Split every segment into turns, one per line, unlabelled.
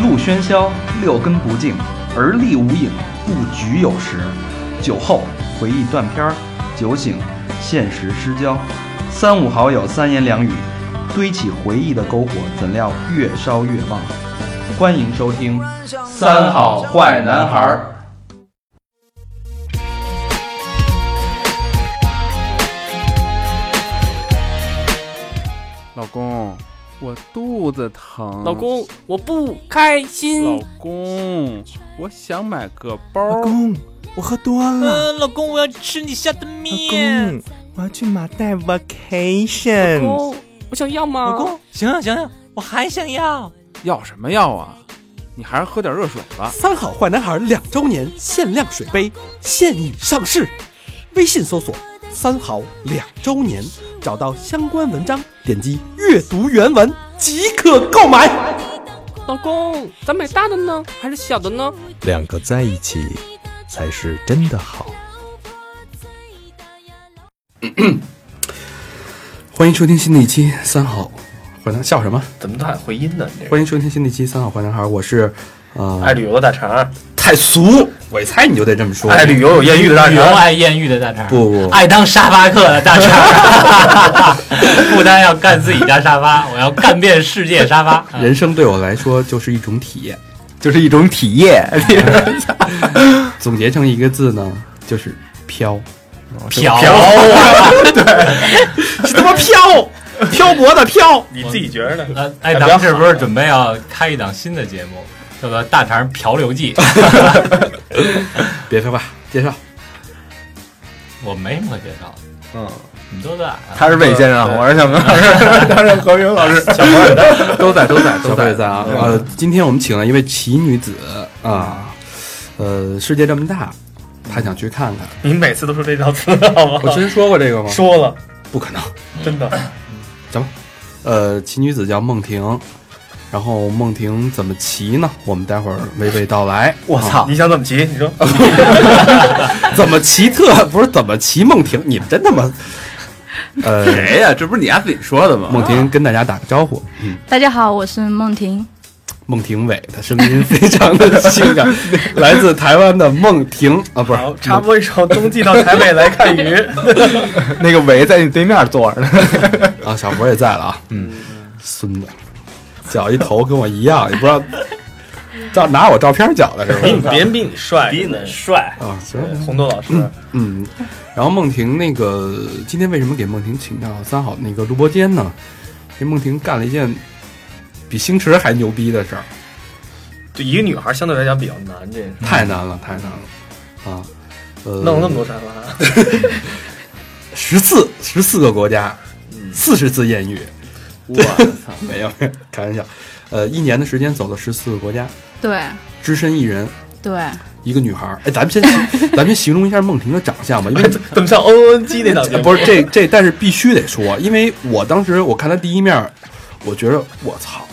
路喧嚣，六根不净，而立无影，不局有时。酒后回忆断片儿，酒醒现实失焦。三五好友三言两语，堆起回忆的篝火，怎料越烧越旺。欢迎收听《三好坏男孩儿》。
老公，我肚子疼。
老，公，我不开
老
心。
公，我想买个包。
公，我喝多了。
嗯，老公，我要吃你下的
嗯
老公。，我要去马代 vacation。
老公，我想要吗？
老公，行啊行啊，我还想要。
要什么要啊？你还是喝点热水吧。
三好坏男孩两周年限量水杯现已上市，微信搜索“三好两周年”，找到相关文章，点击阅读原文即可购买。
老公，咱买大的呢，还是小的呢？
两个在一起才是真的好。
欢迎收听新的一期《三好坏男笑什么
怎么都喊回音呢？你》，这
欢迎收听新的一期《三好坏男孩》，我是啊、
爱旅游的大肠，
太俗，我一猜你就得这么说
爱旅游有艳遇的大
有
肠，
爱艳遇的大肠，
不不
爱当沙发客的大肠， 不单要干自己家沙发，我要干遍世界沙 发。啊
人生对我来说就是一种体验，
就是一种体验。
总结成一个字呢，就是飘。
嫖，
他妈 飘，漂泊的漂。
你自己觉着呢？
呃哎，咱们这不是准备要开一档新的节目，叫做《大肠漂流 记》。
别废话，介绍。
我没什么可介绍的，
嗯，
你都在啊。
他是魏先生，我是小明老师，他是何明老师，小明 都在都在嗯
小
都
贝
在。
在啊，呃，今天我们请了一位奇女子啊，呃，世界这么大，她想去看看。
你每次都说这套词好吗
我？之前说过这个吗？
说了，
不可能。嗯
真的，
呃，奇女子叫孟婷，然后孟婷怎么骑呢？我们待会儿娓娓道来。我操，
你想怎么骑？你说
怎么骑特不是怎么骑孟婷？你们真他妈，呃，
谁呀？这不是你丫自己说
啊
的吗？
孟婷跟大家打个招呼。
大家好，我是梦婷。
孟庭苇的声音非常的性 感，来自台湾的孟婷啊，不是
好，插播一首《冬季到台北来看鱼》，
那个伟在你对面坐着 呢。
啊，小博也在了啊，嗯，孙子，绞一头跟我一样，也不知道照拿我照片绞的是
比
吧？
你 别人比你帅，比你帅。
啊，行，
红豆老师，
嗯，然后孟婷那个今天为什么给孟婷请到三好那个录播间呢？因为孟婷干了一件比星驰还牛逼的事儿，
就一个女孩相对来讲比较难，这是
太难了，太难了啊！呃，
弄了那么多沙发，
十四十四个国家，四十次艳遇，
我操！
没有，没有， 开玩笑。呃，一年的时间走了十四个国家，
对
只身一人，
对，
一个女孩儿。哎，咱们先形，咱们先形容一下孟婷的长相 吧，因为
怎么像 O N G 那档节目？
不是这这，但是必须得说，因为我当时我看她第一面儿，我觉得我操，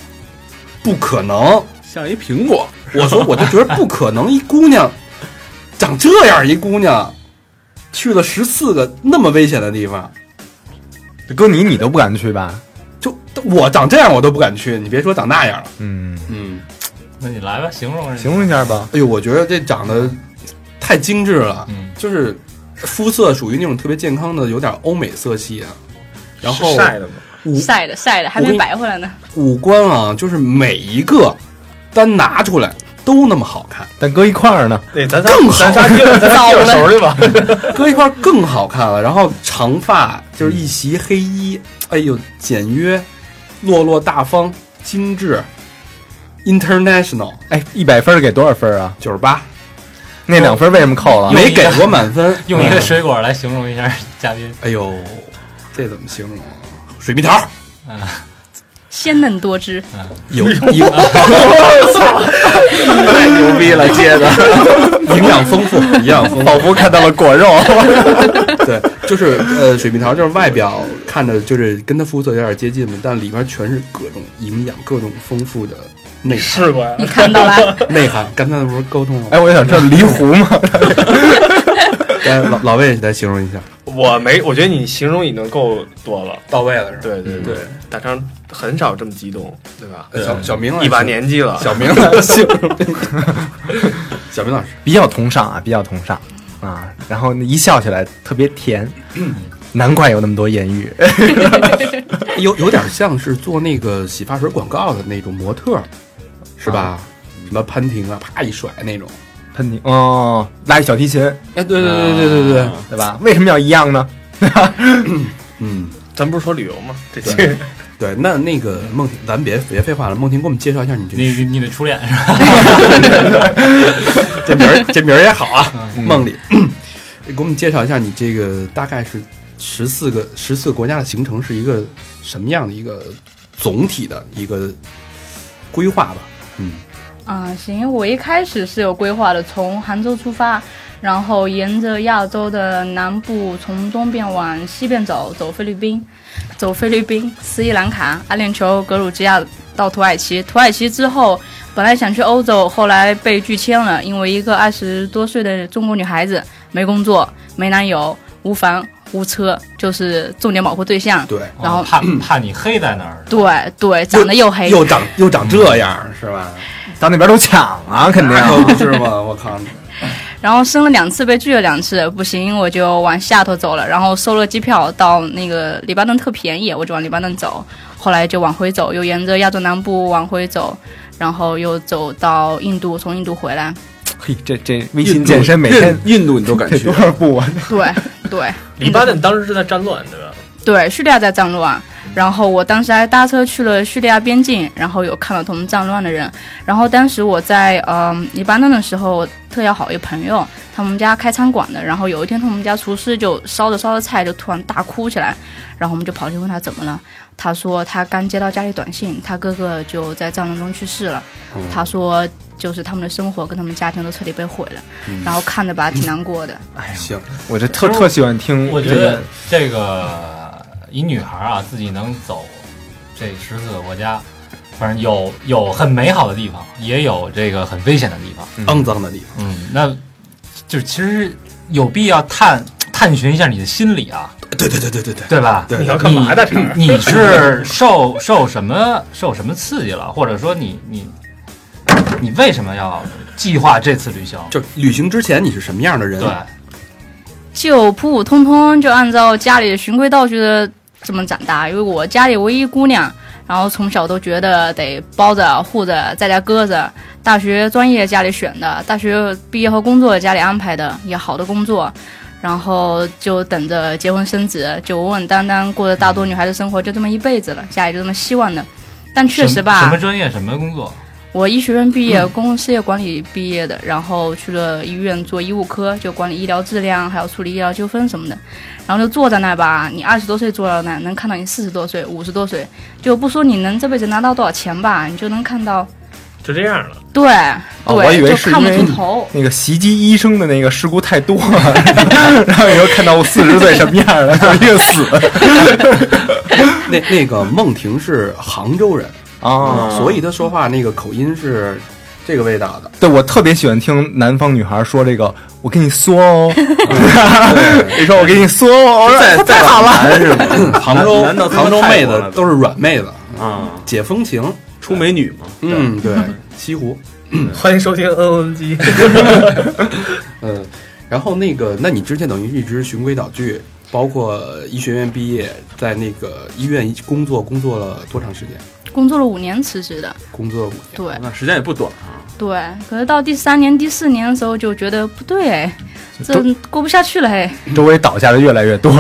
不可能！
像一苹果，
我说我就觉得不可能，一姑娘长这样，一姑娘去了十四个那么危险的地方，
搁你你都不敢去吧？
就我长这样我都不敢去，你别说长那样了。
嗯，
嗯，
那你来吧，形容
形容一下吧。
哎呦，我觉得这长得太精致了。
嗯，
就是肤色属于那种特别健康的，有点欧美色系啊。然后
是晒的吗？
五
晒的晒的，还没白回来呢。
五官啊，就是每一个单拿出来都那么好看，
但搁一块儿呢，
对，咱仨
更好
咱仨接着咱仨接着手去吧。
搁一块儿更好看了。然后长发就是一袭黑衣，哎呦，简约、落落大方、精致，international
哎，一百分儿给多少分儿啊？
九十八，
那两分儿为什么扣
啊
了？
没给过满分。
用一个水果来形容一下嘉宾。
哎呦，这怎么形容啊？水蜜桃。
鲜嫩多汁，
有 有，太牛逼了！接着，营养丰富，营养丰富， 仿佛看到了 果肉。对，就是呃，水蜜桃就是外表看着就是跟它肤色有点接近嘛，但里面全是各种营养、各种丰富的内涵。
试过呀，
你看到了？
内涵，刚才不是沟通了吗？
哎，我就想知道离湖吗？
哎，老老魏来形容一下，
我没，我觉得你形容已经够多了。
到位了是吧？
对对
对，
大张很少这么激动，对吧？
呃小小明老师
一把，年纪了，
小明老师， 小明老师，
比较同上啊，比较同上啊，然后一笑起来特别甜，难怪有那么多艳遇。
有有点像是做那个洗发水广告的那种模特儿，是吧？什么潘婷啊，啪一甩那种。
喷你哦，拉一小提琴，啊
哎，对对对对对对，
对吧？为什么要一样呢？
嗯，
咱不是说旅游吗？这期
对。那那个梦婷，咱别别废话了，梦婷给我们介绍一下你这
你你的初恋是吧？
这名儿， 这名儿也好 啊。梦里， 给我们介绍一下你这个大概是十四个十四个国家的行程是一个什么样的一个总体的一个规划吧？嗯，
啊，行，我一开始是有规划的，从杭州出发，然后沿着亚洲的南部从东边往西边走，走菲律宾，走菲律宾、斯里兰卡、阿联酋、格鲁吉亚到土耳其。土耳其之后，本来想去欧洲，后来被拒签了，因为一个二十多岁的中国女孩子没工作、没男友、无房无车，就是重点保护对象。
对，
然后
哦怕怕你黑在那儿，
对对，长得又黑
又长又长这样是吧？
到那边都抢了，肯定。
那可不哦是吗？我靠！
然后申了两次，被拒了两次，不行我就往下头走了。然后收了机票到那个黎巴嫩特便宜，我就往黎巴嫩走。后来就往回走，又沿着亚洲南部往回走，然后又走到印度，从印度回来。
嘿，这这微信健身每天
印度你都敢去
多？少步啊？
对对
黎巴嫩当时是在战乱，对吧？
对，叙利亚在战乱。然后我当时还搭车去了叙利亚边境，然后有看到他们战乱的人。然后当时我在嗯黎巴嫩的时候，我特要好一朋友，他们家开餐馆的。然后有一天，他们家厨师就烧着烧着菜，就突然大哭起来。然后我们就跑去问他怎么了，他说他刚接到家里短信，他哥哥就在战乱中去世了。他说就是他们的生活跟他们家庭都彻底被毁了，然后看着吧挺难过的。
行，
我这特特喜欢听
我
这
觉
个
得，这个一女孩啊，自己能走这十四个国家，反正有有很美好的地方，也有这个很危险的地方。
肮脏的地方，
嗯，那就是其实有必要探探寻一下你的心理啊，
对对对对对对，
对吧？
对
你要干嘛的？这儿
你你是受受什么受什么刺激了，或者说你你你为什么要计划这次旅行？
就旅行之前你是什么样的人？
对，
就普普通通，就按照家里循规蹈矩的这么长大。因为我家里唯一姑娘，然后从小都觉得得哎包着护着，在家搁着。大学专业家里选的，大学毕业后工作家里安排的，也好的工作，然后就等着结婚生子，就稳稳当当过着大多女孩的生活，就这么一辈子了，家里就这么希望的。但确实
什
吧，
么什么专业，什么工作？
我医学院毕业，
嗯
公共事业管理毕业的，然后去了医院做医务科，就管理医疗质量，还有处理医疗纠纷什么的。然后就坐在那吧，你二十多岁坐到那，能看到你四十多岁、五十多岁，就不说你能这辈子拿到多少钱吧，你就能看到，
就这样了。
对
哦我以
对，
为
就是看不
因为
出
你
头。
那个袭击医生的那个事故太多了， 然后以后看到我四十岁什么样了，就越死
那那个孟婷是杭州人，
啊
所以她说话那个口音是这个味道的。
对我特别喜欢听南方女孩说这个，我跟你说 哦，你说我跟你说哦，我说
在在好了，是吧？杭州
难道他们
杭州
太
妹
过
子
了
都是软妹子，
啊，
解风情。
出美女嘛，
嗯，对，西湖。
嗯欢迎收听 N N 机，
嗯，然后那个，那你之前等于一直循规蹈矩，包括医学院毕业，在那个医院工作，工作了多长时间？
工作了五年辞职的，
工作五年。
对
那时间也不短啊。
对。可是到第三年、第四年的时候，就觉得不对哎，这过不下去了哎。
周围倒下的越来越多，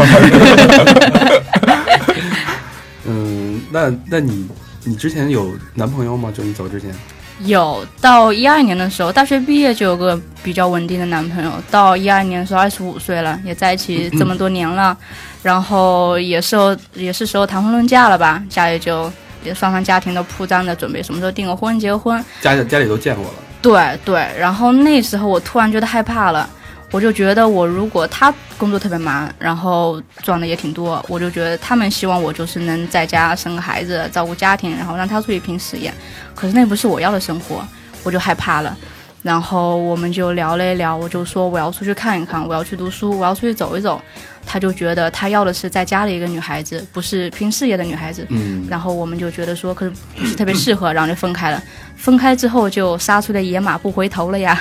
嗯，那那你你之前有男朋友吗？就你走之前，
有，到一二年的时候，大学毕业就有个比较稳定的男朋友。到一二年的时候，二十五岁了，也在一起这么多年了，然后也是候也是时候谈婚论嫁了吧？家里就也双方家庭都铺张着，准备什么时候订个婚、结个婚。
家里家里都见过了。
对对，然后那时候我突然觉得害怕了，我就觉得我如果他工作特别忙，然后赚的也挺多，我就觉得他们希望我就是能在家生个孩子，照顾家庭，然后让他出去拼事业。可是那不是我要的生活，我就害怕了。然后我们就聊了一聊，我就说我要出去看一看，我要去读书，我要出去走一走。他就觉得他要的是在家里一个女孩子，不是拼事业的女孩子。
嗯
然后我们就觉得说，可是不是特别适合，然后就分开了。分开之后就杀出了野马不回头了呀。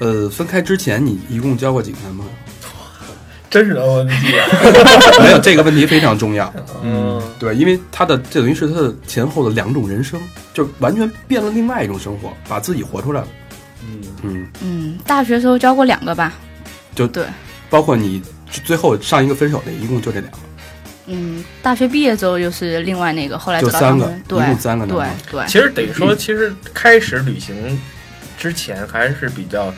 呃，分开之前你一共交过几个男朋友？
真是 OMG 啊！
没有这个问题非常重要。嗯，对，因为他的这等于是他的前后的两种人生，就完全变了另外一种生活，把自己活出来了。嗯嗯，
嗯，大学时候交过两个吧，
就
对，
包括你最后上一个分手的，一共就这两个，
嗯，大学毕业之后又是另外那个，后来
就
走到他
三个
们，
一共
对
三个男
对
朋友。
对，
其实等于说，其实开始旅行之前还是比较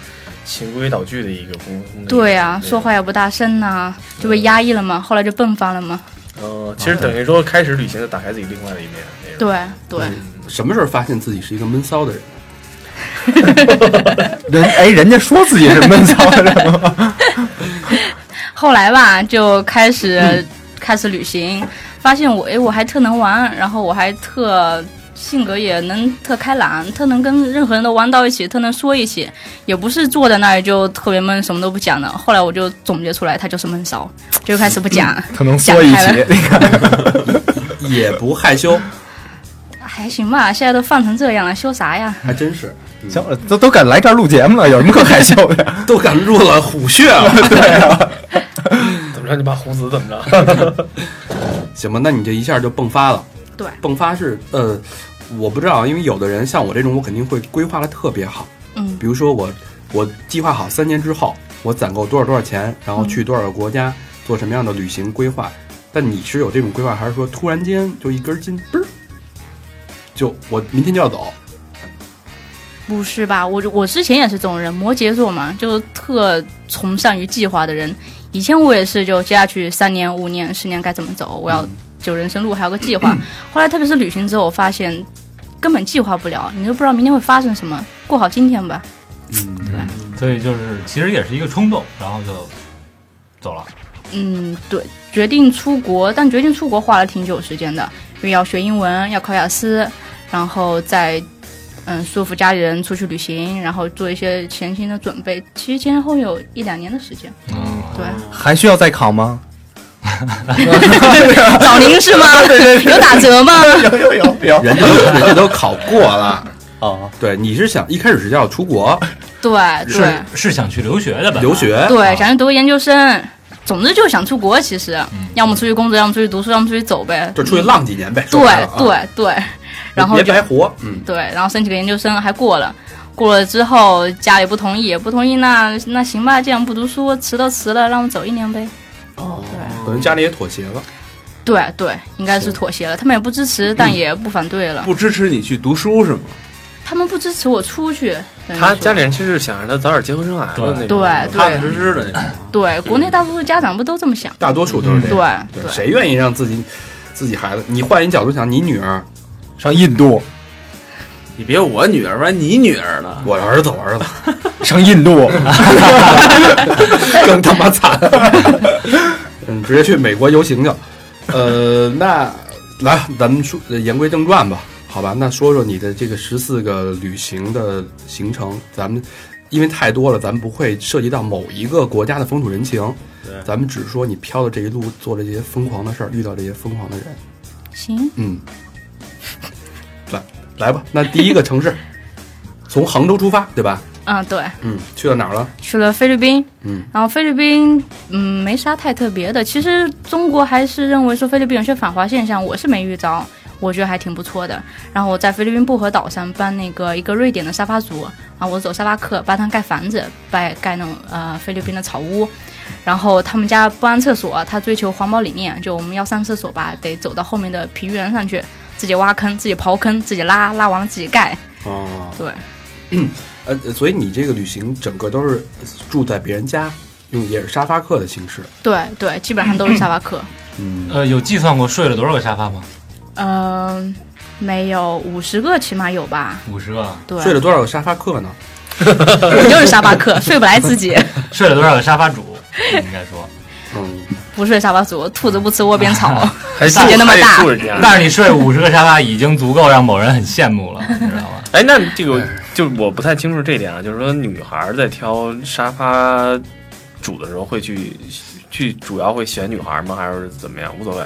循规蹈矩的一个工。
对呀、说话也不大声呐、就被压抑了嘛，后来就迸发了嘛。
嗯，其实等于说开始旅行的打开自己另外的一面。
对对，
什么时候发现自己是一个闷骚的人？
人哎，人家说自己是闷骚的人吗，
后来吧，就开始、
嗯
开始旅行，发现我哎，我还特能玩，然后我还特性格也能特开朗，特能跟任何人都玩到一起，特能说一起，也不是坐在那里就特别闷，什么都不讲的。后来我就总结出来，他就是闷骚，就开始不讲，
可嗯能缩一
讲开
起
了。
你看，
也不害羞，
还哎行吧，现在都放成这样了，羞啥呀？
还真是嗯
行，都都敢来这儿录节目了，有什么可害羞的？
都敢入了虎穴了。
怎么着？你把胡子怎么着？
行吧，那你这一下就迸发了。
对，
迸发是呃，我不知道，因为有的人像我这种，我肯定会规划的特别好。
嗯
比如说我我计划好三年之后我攒够多少多少钱，然后去
嗯
多少个国家做什么样的旅行规划。但你是有这种规划，还是说突然间就一根筋嘣儿，就我明天就要走？
不是吧？我就我之前也是这种人，摩羯座嘛，就是特崇尚于计划的人。以前我也是，就接下去三年、五年、十年该怎么走，我要就人生路还有个计划。后来特别是旅行之后，我发现根本计划不了，你都不知道明天会发生什么，过好今天吧。
嗯
所以就是其实也是一个冲动，然后就走了。
嗯，对，决定出国，但决定出国花了挺久时间的，因为要学英文，要考雅思，然后再嗯说服家里人出去旅行，然后做一些前期的准备，其实前后有一两年的时间。
嗯，
对，
还需要再考吗？
找您是吗？有打折吗？
有有有有，
人家都人家都考过了。
哦，
对，你是想一开始是要出 国
对对
是是想去留学的吧？
留学，
对，想去读个研究生，总之就是想出国。其实，要么出去工作，要么出去读书，要么出去走呗。
就出去浪几年呗。
对
说白了啊，
对对，然后
别
就
白活。嗯，
对，然后申请个研究生还过了，过了之后家里不同意，不同意那那行吧，既然不读书，辞都辞了，让我走一年呗。哦，
等于家里也妥协了，
对对对，应该是妥协了，他们也不支持，但也不反对了，
不支持你去读书是吗？
他们不支持我出去。等于
他
说
家里人其实想让他早点结婚生孩子那种，
对
踏踏
对
实实的那种。
对，国内大多数家长不都这么想？
大多数都是这
对
样。
对
对，谁愿意让自己自己孩子？你换一角度想，你女儿，
上印度，
你别我女儿，万一你女儿呢？
我儿子，我儿子
上印度，
更他妈惨。嗯，直接去美国游行去。呃，那来，咱们说呃言归正传吧，好吧？那说说你的这个十四个旅行的行程，咱们因为太多了，咱们不会涉及到某一个国家的风土人情，咱们只说你飘的这一路做了这些疯狂的事儿，遇到这些疯狂的人。
行，
嗯，来来吧，那第一个城市，从杭州出发，对吧？
嗯，对，
嗯，去了哪儿了？
去了菲律宾，
嗯，
然后菲律宾，嗯，没啥太特别的。其实中国还是认为说菲律宾有些反华现象，我是没遇着，我觉得还挺不错的。然后我在菲律宾薄荷岛上帮那个一个瑞典的沙发族啊，我走沙发客帮他盖房子，盖盖那种呃菲律宾的草屋。然后他们家不安厕所，他追求环保理念，就我们要上厕所吧，得走到后面的平原上去，自己挖坑，自己刨坑，自己拉，拉完了自己盖。
哦，
对，
呃，所以你这个旅行整个都是住在别人家，用也是沙发客的形式。
对对，基本上都是沙发客。
嗯，
呃，有计算过睡了多少个沙发吗？
嗯，没有五十个起码有吧？
五十个。啊
对，
睡了多少个沙发客呢？
我就是沙发客，睡不来自己，
睡了多少个沙发主？应该说，
嗯，
不睡沙发族，兔子不吃窝边草。
还
世界那么大
住人家。
但是你睡五十个沙发已经足够让某人很羡慕了，你知道吗？
哎，那这个就我不太清楚这点啊，就是说女孩在挑沙发主的时候会去去主要会选女孩吗？还是怎么样？无所谓。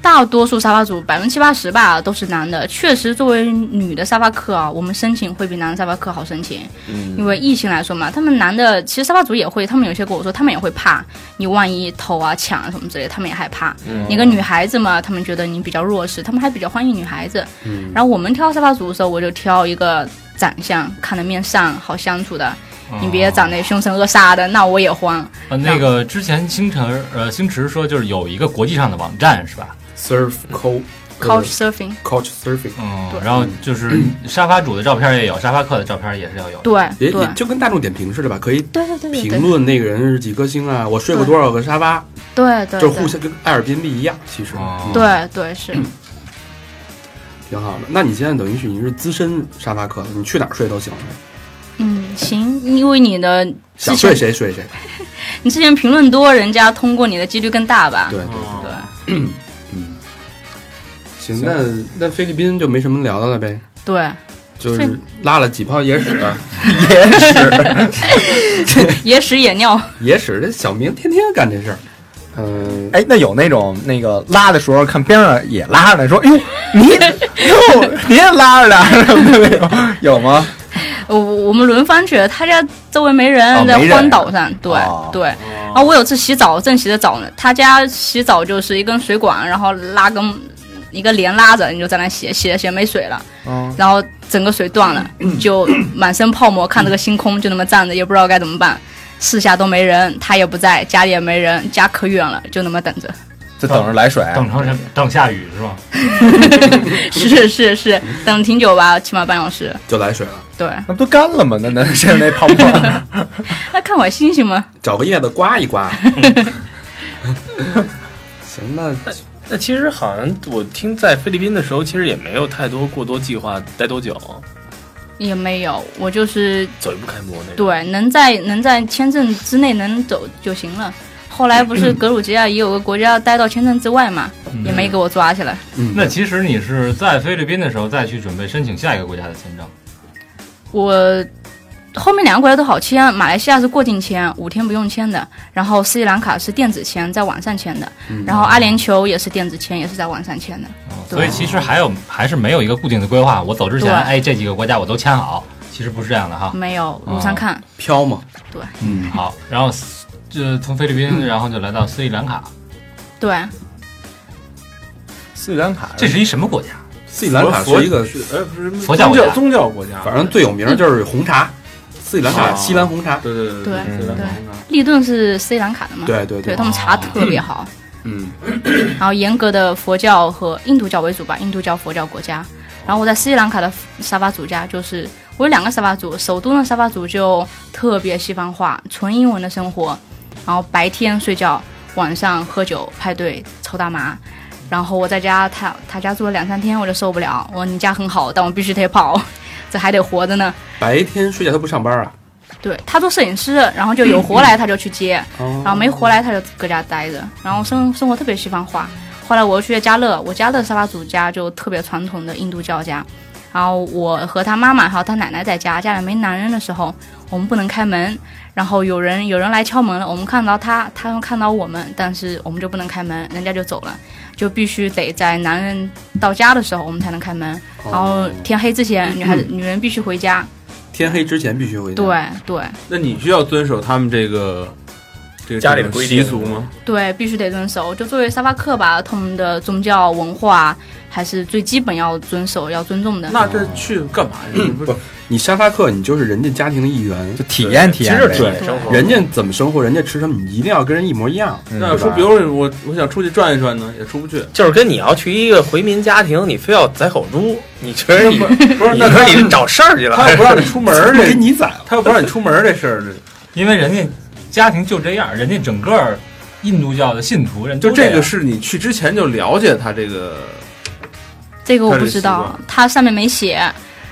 大多数沙发主百分之七八十吧都是男的。确实，作为女的沙发客啊，我们申请会比男的沙发客好申请，
嗯
因为疫情来说嘛，他们男的其实沙发主也会，他们有些跟我说，他们也会怕你万一偷啊、抢啊什么之类的，他们也害怕。
嗯
你个女孩子嘛，他们觉得你比较弱势，他们还比较欢迎女孩子。
嗯
然后我们挑沙发主的时候，我就挑一个长相看得面善、好相处的。
哦
你别长得凶神恶煞的，那我也慌。
呃，那个之前星辰呃星驰说就是有一个国际上的网站是吧
？Surf Co 呃
Couch Surfing
嗯 Couch Surfing，
嗯，然后就是沙发主的照片也有，沙发客的照片也是要有的。
对
也
对
也就跟大众点评似的吧，可以
对对对对对
评论那个人是几颗星啊，我睡过多少个沙发，
对对，
就是
对
互相跟爱尔宾币一样，其实嗯
对 对是。
挺好的。那你现在等于是你是资深沙发客，你去哪儿睡都行，
嗯，行，因为你的
想睡谁睡谁。
你之前评论多，人家通过你的几率更大吧？
对对嗯
对。
行，那那菲律宾就没什么聊的了呗，
对
就
菲
是拉了几泡野啊屎，
野屎野尿，
野屎这小明天天干这事儿。嗯，
哎，那有那种那个拉的时候看边上也拉着的，说：“哟，你哟，你也拉着的什么的那种， 有吗？
我我们轮番去，他家周围没人，
哦
在
没人哦
荒岛上，对对。然后我有次洗澡，正洗着澡呢，他家洗澡就是一根水管，然后拉根一个帘拉着，你就在那洗，洗着洗着没水了，
嗯
然后整个水断了，你就满身泡沫，看着个星空，就那么站着，也不知道该怎么办。四下都没人，他也不在，家里也没人，家可远了，就那么等着。
就等着来水，
等成什等下雨是吧？
是是是，等挺久吧，起码半小时。
就来水了，
对，
那不都干了吗？那那是那泡沫，
那看我星星吗？
找个叶子刮一刮。 行，那
那其实好像我听在菲律宾的时候，其实也没有太多过多计划待多久，啊
也没有，我就是
走一步看一步那种。
对，能在能在签证之内能走就行了。后来不是格鲁吉亚也有个国家待到签证之外嘛，
嗯
也没给我抓起来。
嗯
那其实你是在菲律宾的时候再去准备申请下一个国家的签证。
我后面两个国家都好签，马来西亚是过境签，五天不用签的，然后斯里兰卡是电子签，在网上签的，
嗯
然后阿联酋也是电子签，也是在网上签的。
所以其实还有还是没有一个固定的规划。我走之前，
对
哎，这几个国家我都签好，其实不是这样的哈。
没有
哦
路上看，
飘嘛。
对
嗯，好，然后这从菲律宾，然后就来到斯里兰卡，
对，
斯里兰卡
这是一什么国家？
斯里兰卡是一个
呃不是
佛教国家
宗教国
哎
家，
反正最有名儿就是红茶，斯里兰卡
哦
西兰红茶。
对对
对
斯里兰
对
卡。，
利顿是斯里兰卡的嘛？
对对对
对，他们茶特别好。
嗯，
然后严格的佛教和印度教为主吧，印度教佛教国家。然后我在斯里兰卡的沙发主家，就是我有两个沙发主，首都的沙发主就特别西方化，纯英文的生活，然后白天睡觉，晚上喝酒派对抽大麻。然后我在家，他他家住了两三天，我就受不了。我说你家很好，但我必须得跑， 这还得活着呢。
白天睡觉他不上班啊？
对他做摄影师，然后就有活来他就去接，
哦
然后没活来他就搁家待着，然后生生活特别西方化。后来我又去了家乐，我家乐沙发主家就特别传统的印度教家，然后我和他妈妈还有他奶奶在家，家里没男人的时候，我们不能开门，然后有人有人来敲门了，我们看到他，他看到我们，但是我们就不能开门，人家就走了，就必须得在男人到家的时候我们才能开门，
哦
然后天黑之前女孩子、女人必须回家，
天黑之前必须回家。
对对。
那你需要遵守他们这个这个
家里的规定
习俗
嗯
吗？
对，必须得遵守。就作为沙发客吧，他们的宗教文化还是最基本要遵守、要尊重的。
那这去干嘛呀？
嗯
不是
你沙发客，你就是人家家庭的一员，就
体验体验呗
对
对生，
哦
活
人家怎么生活，人家吃什么，你一定要跟人一模一样。
嗯
那要说，比如我我想出去转一转呢，也出不去。
就是跟你要去一个回民家庭，你非要宰口猪，你觉得你不
是
你
那
觉得
他
你是找事儿去了？
哎
他也不让你出门儿，这
你宰，
他又不让你出门儿这事儿，
因为人家家庭就这样，人家整个印度教的信徒人
就
都
这
样
个是你去之 前就了解他这个
这个我不
他是
知
习
道
惯，
它上面没写。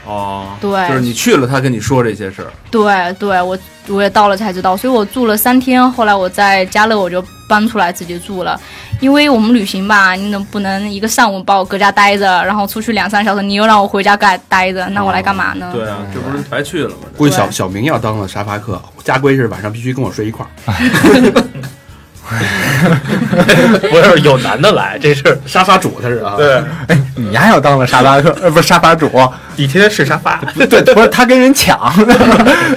哦，
对
就是你去了，他跟你说这些事儿，
对对，我我也到了才知道，所以我住了三天。后来我在家乐我就搬出来自己住了，因为我们旅行吧，你能不能一个上午把我搁家待着，然后出去两三小时，你又让我回家干待着，那我来干嘛呢？
对啊，这不是白去了吗？
估
估
计
计
小
小小明要当了沙发客，家规是晚上必须跟我睡一块儿。
不是有男的来，这是
沙发主，他是啊，
对，
哎，你还要当了沙发客，呃，不是沙发主，
你天天睡沙发，
对，不是他跟人抢，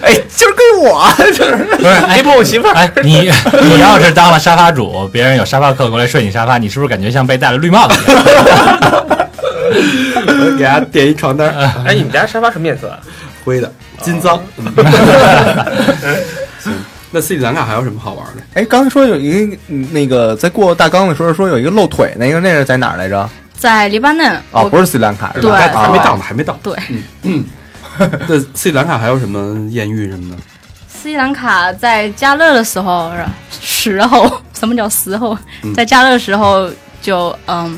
哎，今儿归我，就是
不是，哎，
不我媳妇儿，
哎，你 你要是当了沙发主，别人有沙发客过来睡你沙发，你是不是感觉像被戴了绿帽子一样？
给他垫一床单儿，
哎，你们家沙发什么颜色啊？
灰的，金脏。 行，那斯里兰卡还有什么好玩的？
哎，刚才说有一个嗯那个在过大纲的时候说有一个露腿那个，那是在哪儿来着？
在黎巴嫩，
哦，
我
不是斯里兰卡，是吧
对
还还没
啊
到呢，还没到。
对
嗯，那斯里兰卡还有什么艳遇什么的？
斯里兰卡在加热的时候，时候什么叫时 候
嗯？
在加热的时候就嗯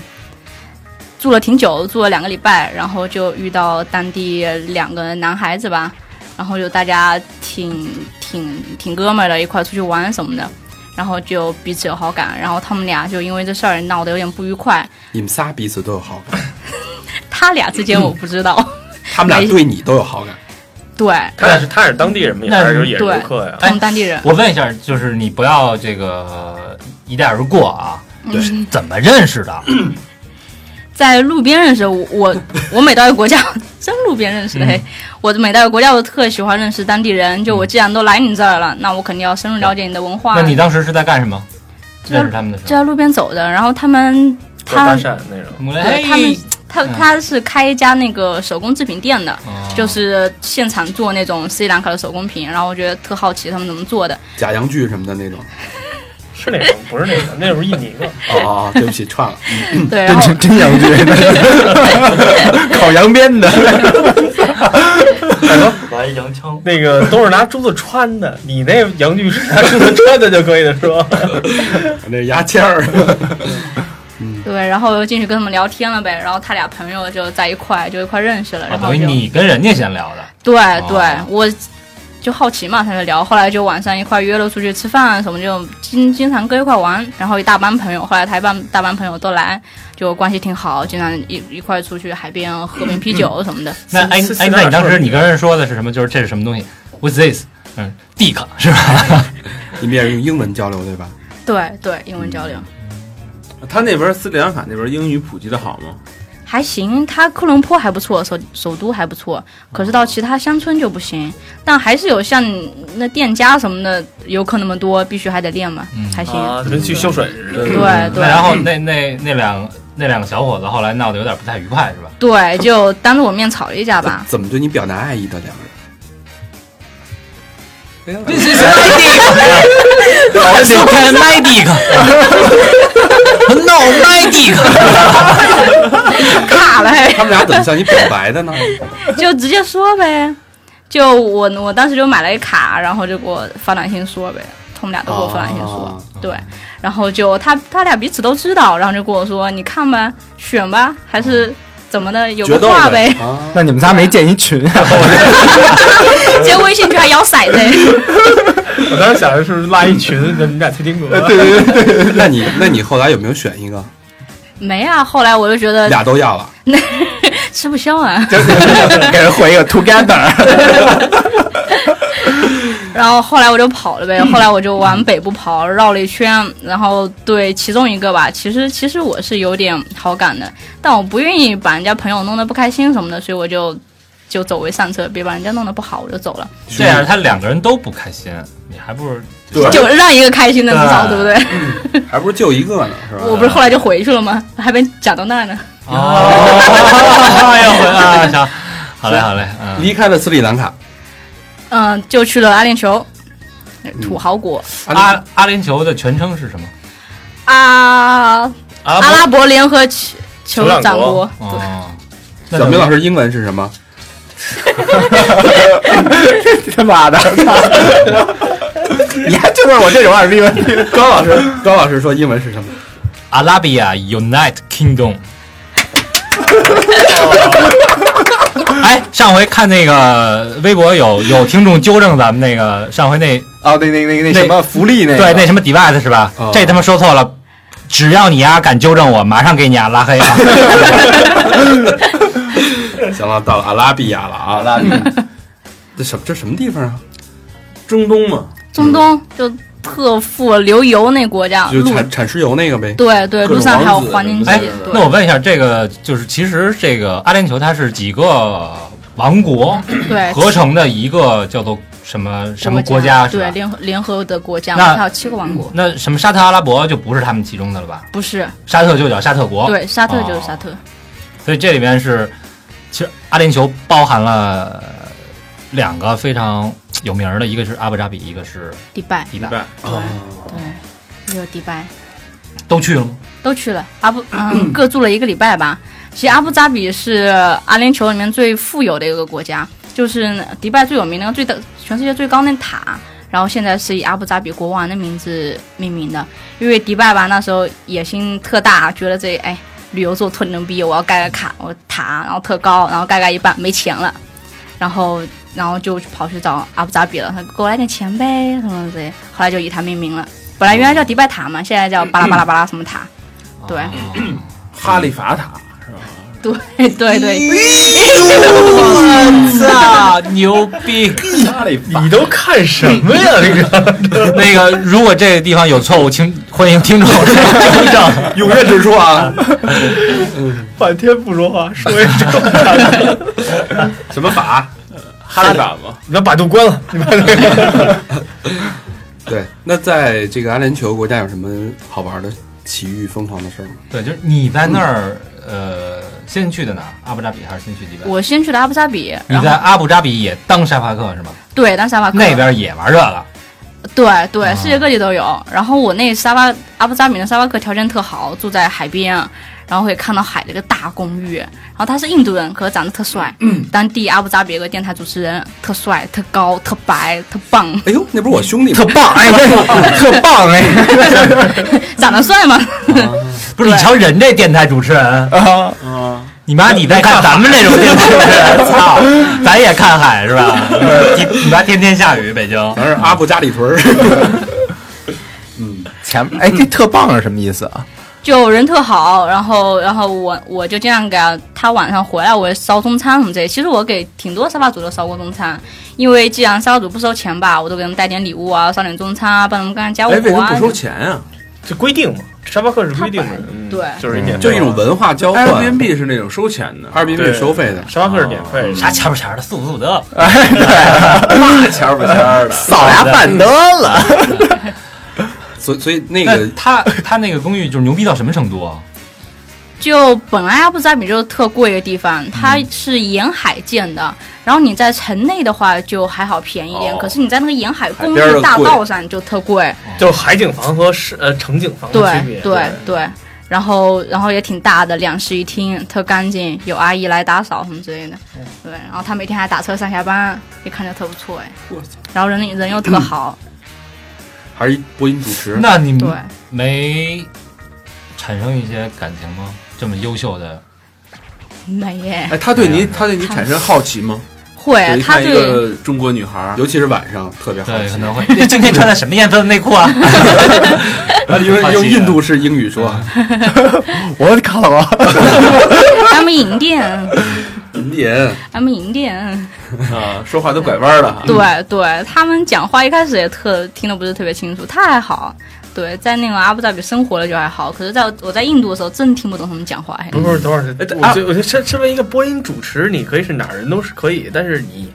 住了挺久，住了两个礼拜，然后就遇到当地两个男孩子吧，然后就大家挺挺挺哥们儿的，一块儿出去玩什么的，然后就彼此有好感，然后他们俩就因为这事儿闹得有点不愉快。
你们仨彼此都有好感，
他俩之间我不知道，
他们俩对你都有好感。
对，
他俩是他是当地人吗？
那
还是也是
对
游客呀？
他们当地人，
我问一下，就是你不要这个一带而过啊，
对
是怎么认识的？
嗯在路边认识的 我，我我每到一个国家，真路边认识的。嘿，
嗯
我每到一个国家，我特喜欢认识当地人。就我既然都来你这儿了，那我肯定要深入了解你的文化。
那你当时是在干什么？
就
认识他们的时
就
候，
在路边走着，然后他们
做
他
搭讪那种。
我
对他们他
嗯
他是开一家那个手工制品店的，
哦
就是现场做那种斯里兰卡的手工品。然后我觉得特好奇他们怎么做的。
假洋剧什么的那种。
是那 种，不是那个，那不是印尼吗？
哦，哦对不起，串了。
嗯
对，然
真
后
真真
嗯
洋剧，烤羊鞭的，
来洋枪，那个都是拿珠子穿的，你那洋具是拿珠子穿的就可以了，是吧？
那牙签儿，
对，然后进去跟他们聊天了呗。然后他俩朋友就在一块，就一块认识了。
啊
然后
等于
就
你跟人家先聊的，
对对，哦我就好奇嘛，他就聊，后来就晚上一块约了出去吃饭啊什么，就经经常跟一块玩，然后一大班朋友，后来他一班大班朋友都来，就关系挺好，经常一一块出去海边喝瓶啤酒什么的。
那哎
斯斯
哎，
斯
那你
纳
当
说
时你跟人说的是什么？就是这是什么东西？What's this？嗯，dick 是吧？
你们也是用英文交流对吧？
对对，英文交流
他那边斯里兰卡那边英语普及的好吗？
还行，他科伦坡还不错，首首都还不错，可是到其他乡村就不行，但还是有像那店家什么的游客那么多，必须还得练嘛，
嗯
才行。
啊，跟去修水似的。
对哎对。
那然后那那那两那两个小伙子后来闹得有点不太愉快是吧？
对，就当着我面吵了一架吧。
怎么对你表达爱意的两个人？
You can my dick. No, my dick.
卡了、嘿
他们俩怎么向你表白 的呢？
就直接说呗。就我我当时就买了一卡，然后就给我发短信说呗，他们俩都给我发短信说，
哦
对，然后就他他俩彼此都知道，然后就跟我说，你看吧，选吧，还是怎么的，有
决
个
斗
话呗。
啊！
那你们仨没建一群啊？
结果微信居还摇骰子，
我当时想的是拉一群，你们俩推 丁哥。
那你那你后来有没有选一个？
没啊。后来我就觉得
俩都要了，
吃不消啊，
给人回一个 together，
然后后来我就跑了呗，后来我就往北部跑，绕了一圈，然后对其中一个吧，其实其实我是有点好感的，但我不愿意把人家朋友弄得不开心什么的，所以我就就走为上策，别把人家弄得不好，我就走了，
这样他两个人都不开心，你还不如
对
就让一个开心的至少，
对
对不对？
还不是就一个呢，是吧？
我不是后来就回去了吗？还被讲到那儿呢。
哦， 哎呦，回啊，行，好嘞，好嘞，嗯，
离开了斯里兰卡，
嗯，就去了阿联酋，土豪国
啊
阿阿联酋的全称是什么？
啊，
阿
阿
拉伯
拉伯联合酋酋
酋
长
长国
国，
哦，那
小明老师英文是什么？
他妈的！你还就问我这种二逼问题？
高老师，高老师说英文是什么？
阿拉比亚 United Kingdom。哎，上回看那个微博有有听众纠正咱们那个上回那
哦，那那那那什么福利那个
对那什么 device 是吧？
哦
这他妈说错了，只要你丫敢纠正我，马上给你丫拉黑啊！
行了，到了阿拉比亚了啊，阿
拉比亚，
这什么这什么地方啊？
中东嘛，
中东就特富流油那国家，
就
陆
产产石油那个呗。
对对，
各
路
种
上还有
王子
黄金
什么
季。
哎
的
对，
那我问一下，这个就是其实这个阿联酋它是几个王国
对
合成的一个叫做什么什么
哎国
国家是
对
吧？
联合联合的国家，
那
它有七个王国，
那什么沙特阿拉伯就不是他们其中的了吧？
不是
沙特就叫沙特国，
对沙特就是
哦
沙特，
所以这里面是，其实阿联酋包含了两个非常有名儿的，一个是阿布扎比，一个是
迪拜，
迪拜，
啊
对，也有迪拜，
都去了 吗？
都去了阿布， 嗯，各住了一个礼拜吧。其实阿布扎比是阿联酋里面最富有的一个国家，就是迪拜最有名那个最的全世界最高那塔，然后现在是以阿布扎比国王的名字命名的。因为迪拜吧那时候野心特大，觉得这哎旅游做特牛逼，我要盖个卡我塔，然后特高，然后盖盖一半没钱了，然后然后就跑去找阿布扎比了，他说给我来点钱呗什么之类，后来就以他命名了。本来原来叫迪拜塔嘛，现在叫巴拉巴拉巴拉什么塔。对，
啊 哈利法塔，
对对对，
我操，牛逼！
你都看什么 呀？这个
那个，如果这个地方有错误，请欢迎听众纠正。
踊跃指出啊！半天不说话，说一说
什么法？
哈利法嘛，你把百度关了，你把这个
对，那在这个阿联酋国家有什么好玩的奇遇疯狂的事儿吗？
对，就是你在那儿，呃，先去的哪儿？阿布扎比还是先去迪拜？
我先去了阿布扎比，
你
然
在
后
阿布扎比也当沙发客是吗？
对，但沙巴克
那边啊也玩这个，
对对，世界各地都有。然后我那沙巴阿布扎比的沙巴克条件特好，住在海边，然后可以看到海的一个大公寓。然后他是印度人，可是长得特帅，
嗯
当地阿布扎比有个电台主持人，特帅、特高、特白、特棒，
哎呦，那不是我兄弟吗？
棒，哎，特棒哎！
长得帅吗？
不是你瞧人这电台主持人，
啊，
你妈你在看咱们这种电台主持人，操，咱也看海是吧？你你妈天天下雨，北京。
咱是阿布加里 屯儿。
前哎，这特棒是什么意思啊？
就人特好，然后然后我我就这样给他他晚上回来，我烧中餐什么之类。其实我给挺多沙发主都烧过中餐，因为既然沙发主不收钱吧，我都给他们带点礼物啊，烧点中餐啊，帮他们干点家 务
哎，为什
活
么
啊
不。收钱啊？
这规定嘛，沙巴克是规定的，嗯
对
就是免费
就是一种文化交换。
Airbnb 是那种收钱的，
Airbnb 收费的，
沙巴克是免费的，
啥钱不钱的，素不素的？
那钱儿不钱儿的。
扫牙板得了，
所以所以那
那
个
他他那个公寓就是牛逼到什么程度啊？
就本来阿布扎比就是特贵的地方，它是沿海建的，然后你在城内的话就还好便宜一点，
哦
可是你在那个沿海公
海边儿
路
的
大
贵
道上就特贵。
就是海景房和市呃城景房的区别
对。对对，然后然后也挺大的，两室一厅，特干净，有阿姨来打扫什么之类的。对，然后他每天还打车上下班，也看着特不错哎。然后人人又特好，
还是播音主持，
那你
对，
没产生一些感情吗？这么优秀的，
美耶，
哎，他对你，他对你产生好奇吗？
会
一
哎他
看一
对
个中国女孩，
尤其是晚上特别好
对，可
奇。
能会 今天穿的什么颜色的内裤 啊？
哎
因为
好
啊
奇
用
的
印度式英语说，啊
我靠啊！
他们银店，
嗯
印第安
他们银店，
啊，说话都拐弯了哈。
对对，他们讲话一开始也特听得不是特别清楚，他还好。对，在那个阿布扎比生活了就还好，可是在我在印度的时候，真听不懂他们讲话。嘿
不是，等会儿，我
哎
觉
啊
我觉得身身为一个播音主持，你可以是哪儿人都是可以，但是你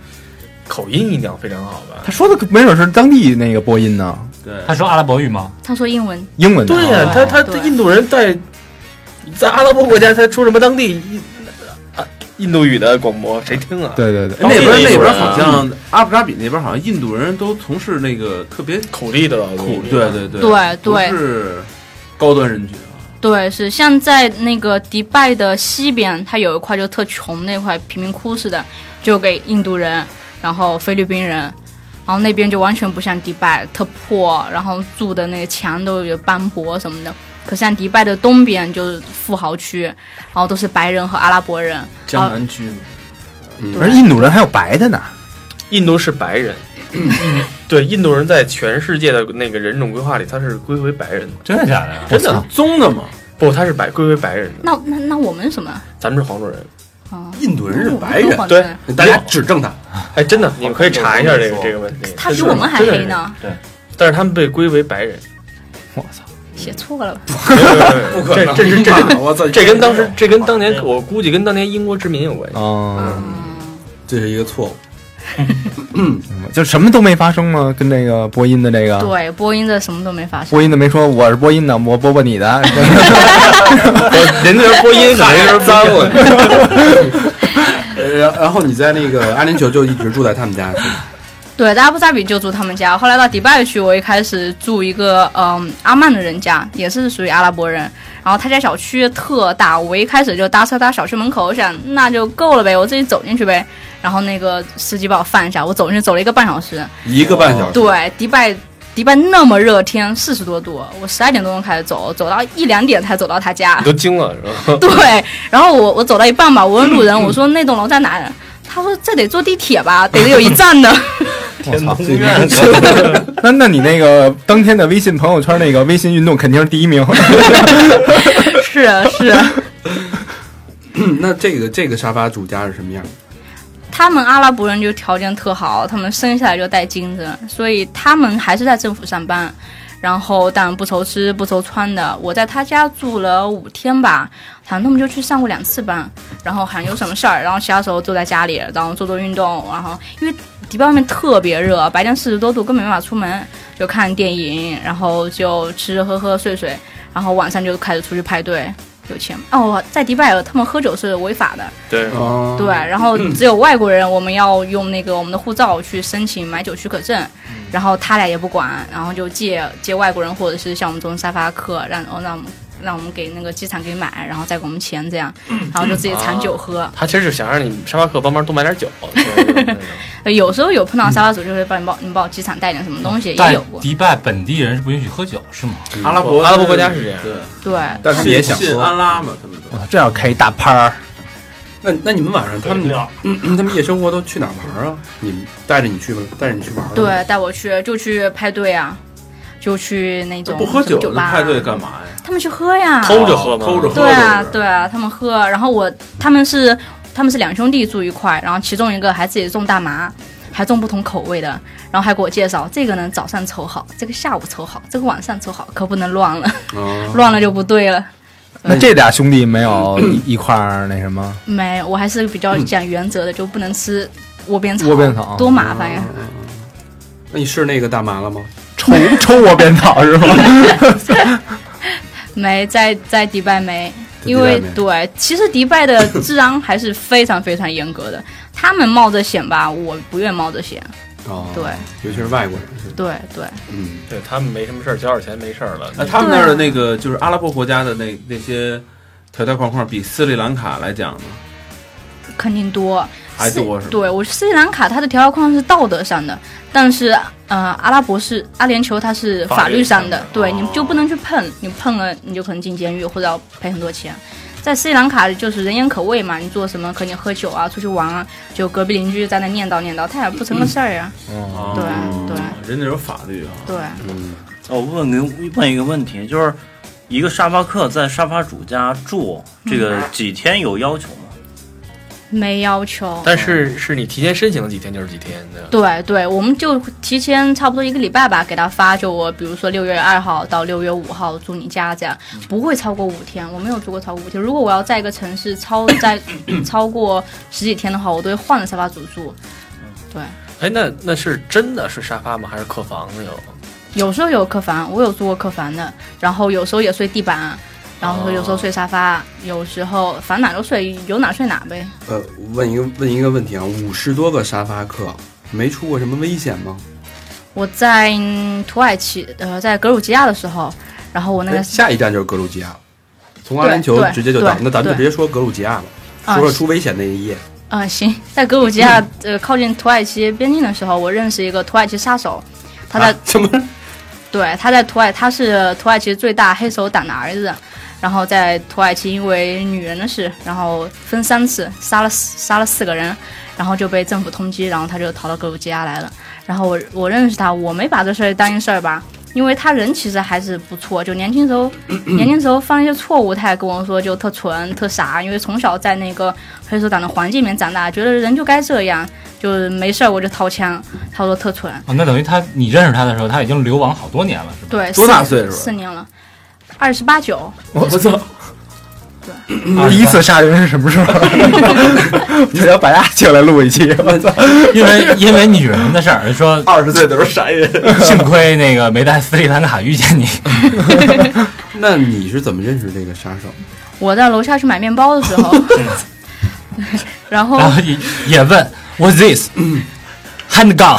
口音一定要非常好吧？
他说的没准是当地那个播音呢，
对，
他说阿拉伯语吗？
他说英文，
英文的。
对呀、他他
对
印度人在在阿拉伯国家，他说什么当地印啊印度语的广播谁听啊？
对对对，
那边
当地的
那
印度
边
人啊
好像阿布扎比那边好像印度人都从事那个特别
口力的
苦，对对对
对对
不是高端人群啊。
对，是像在那个迪拜的西边，它有一块就特穷那块贫民窟似的，就给印度人，然后菲律宾人，然后那边就完全不像迪拜，特破，然后住的那个墙都有斑驳什么的。可像迪拜的东边就是富豪区，然后都是白人和阿拉伯人，啊
江南区嘛，
而印度人还有白的呢，
印度是白人，对，印度人在全世界的那个人种规划里，他是归为白人的。
真的假的？
真的，
棕的吗？
不，他是白归为白人的。
那那那我们什么？
咱们是黄种人，
哦，
印度人是白
我们
人，
黄种
对
人，
大家指正他。
哎，真的，你们可以查一下这个这个问题。
他比我们还黑呢，
但是他们被归为白人，
写错了吧？
不
可能
这这这这
我操，
这跟当时这跟当年我估计跟当年英国殖民有关系。
嗯，
这是一个错误。
嗯就什么都没发生吗？跟这个播音的这个
嗯对，播音的什么都没发生。
播音的没说我是播音的，我播播你的，
人家播音可能是脏了，
呃然 然后你在那个阿联酋就一直住在他们家，是吗
对，在阿布扎比就住他们家，后来到迪拜去，我一开始住一个嗯阿曼的人家，也是属于阿拉伯人。然后他家小区特大，我一开始就搭车到小区门口，我想那就够了呗，我自己走进去呗。然后那个司机把我放下，我走进去走了一个半小时。
一个半小时。
对，迪拜迪拜那么热天，四十多度，我十二点多钟开始走，走到一两点才走到他家
你。都惊了是吧？
对，然后我我走到一半吧，我问路人，我说那栋楼在哪？他说这得坐地铁吧，得有一站的。
天通苑，
那那你那个当天的微信朋友圈那个微信运动肯定是第一名，
是啊是啊。
那这个这个沙发主家是什么样？
他们阿拉伯人就条件特好，他们生下来就带金子，所以他们还是在政府上班，然后当然不愁吃不愁穿的。我在他家住了五天吧，好像他们就去上过两次班，然后好像有什么事儿，然后其他时候都在家里，然后做做运动，然后因为迪拜外面特别热，白天四十多度根本没法出门，就看电影，然后就吃吃喝喝睡睡，然后晚上就开始出去派对。有钱哦，在迪拜他们喝酒是违法的，
对，
哦
对，，然后
嗯
只有外国人，我们要用那个我们的护照去申请买酒许可证，
嗯
然后他俩也不管，然后就借借外国人或者是像我们这种沙发客，让哦让我们让我们给那个机场给买，然后再给我们钱这样，
嗯
然后就自己产
啊
酒喝。
他其实就想让你沙发客帮忙多买点酒。 对
呃有时候有碰到沙发主就会帮你报你报机场带点什么东
嗯
西，也
但
有过。
迪拜本地人是不允许喝酒是吗？
阿拉伯
阿拉伯国家是这样
对，
对，
但是也想
信
喝。
安拉嘛，他们都。
哦这要开一大趴儿，
那那你们晚上他们嗯嗯他们夜生活都去哪儿玩啊？你们带着你去吗？带着你去玩儿？，啊
对，带我去就去派对啊，就去那种
不喝酒
什
的
么酒吧啊
派对干嘛呀？
他们去喝呀，
偷着喝吗？
偷着喝
对啊，对啊，他们喝，然后我他们是他们是两兄弟住一块，然后其中一个还自己种大麻，还种不同口味的，然后还给我介绍这个呢早上抽好，这个下午抽好，这个晚上抽好，可不能乱了，
哦
乱了就不对了。
那这俩兄弟没有一一块儿那什 么
没，我还是比较讲原则的，就不能吃窝边草，
窝边草哦
多麻烦呀！
哦那你是那个大麻了吗？
抽抽窝边草是吗？
没在在迪拜没，
在
因
迪拜
为
没
对，其实迪拜的治安还是非常非常严格的，他们冒着险吧，我不愿冒着险，
哦，
对，
尤其是外国人，是
对对。
嗯，
对他们没什么事儿，交点钱没事儿了。
那他们那儿的那个就是阿拉伯国家的那那些条条框框，比斯里兰卡来讲呢，
肯定多，
还
斯
多是吧
对，我斯里兰卡它的条条框框是道德上的，但是呃，阿拉伯是阿联酋，它是法律上的，
法律上的
对，你就不能去碰，你碰了你就可能进监狱或者要赔很多钱。在斯里兰卡就是人言可畏嘛，你做什么可你喝酒啊，出去玩啊，就隔壁邻居在那念叨念叨，他也不成个事儿啊。
啊
对
哦
对
人家有法律啊，
对，
我问个问一个问题，就是一个沙发客在沙发主家住，这
嗯
个几天有要求吗？
没要求。
但是是你提前申请了几天就是几天的，
对对，我们就提前差不多一个礼拜吧，给他发，就我比如说六月二号到六月五号住你家这样，不会超过五天，我没有住过超过五天。如果我要在一个城市超 在超过十几天的话，我都会换了沙发主住。对，
哎，那那是真的是沙发吗？还是客房呢？有
有时候有客房，我有住过客房的，然后有时候也睡地板，然后有时候睡沙发，有时候反正哪都睡，有哪睡哪呗。
呃，问一个问一个问题啊，五十多个沙发客，没出过什么危险吗？
我在嗯土耳其，呃，在格鲁吉亚的时候，然后我那个
哎下一站就是格鲁吉亚了，从阿
对
联酋
对
直接就到，
对
那咱们就
对
直接说格鲁吉亚了，
啊
说说出危险那一页。
啊、行，在格鲁吉亚呃靠近土耳其边境的时候，我认识一个土耳其杀手，他在、
啊什么？
对他在土耳他是土耳其最大黑手党的儿子，然后在土耳其因为女人的事，然后分三次杀了四杀了四个人，然后就被政府通缉，然后他就逃到格鲁吉亚来了。然后我我认识他，我没把这事儿当一事儿吧，因为他人其实还是不错，就年轻时候年轻时候犯一些错误，他也跟我说就特蠢特傻，因为从小在那个黑手党的环境里面长大，觉得人就该这样，就是没事儿我就掏枪。他说特蠢，
哦，那等于他你认识他的时候，他已经流亡好多年了，是吧？
对，
多大岁数了
四年了，二十八九。
我操！
嗯
啊
第一次杀人是什么时候？ 他要把他请来录一期，我操！
因为因为女人的事儿，说
二十岁的时候杀人，
幸亏那个没在斯里兰卡遇见 你。
那你是怎么认识这个杀手？
我在楼下去买面包的时候，然后
然后也也问 What's this？handgun，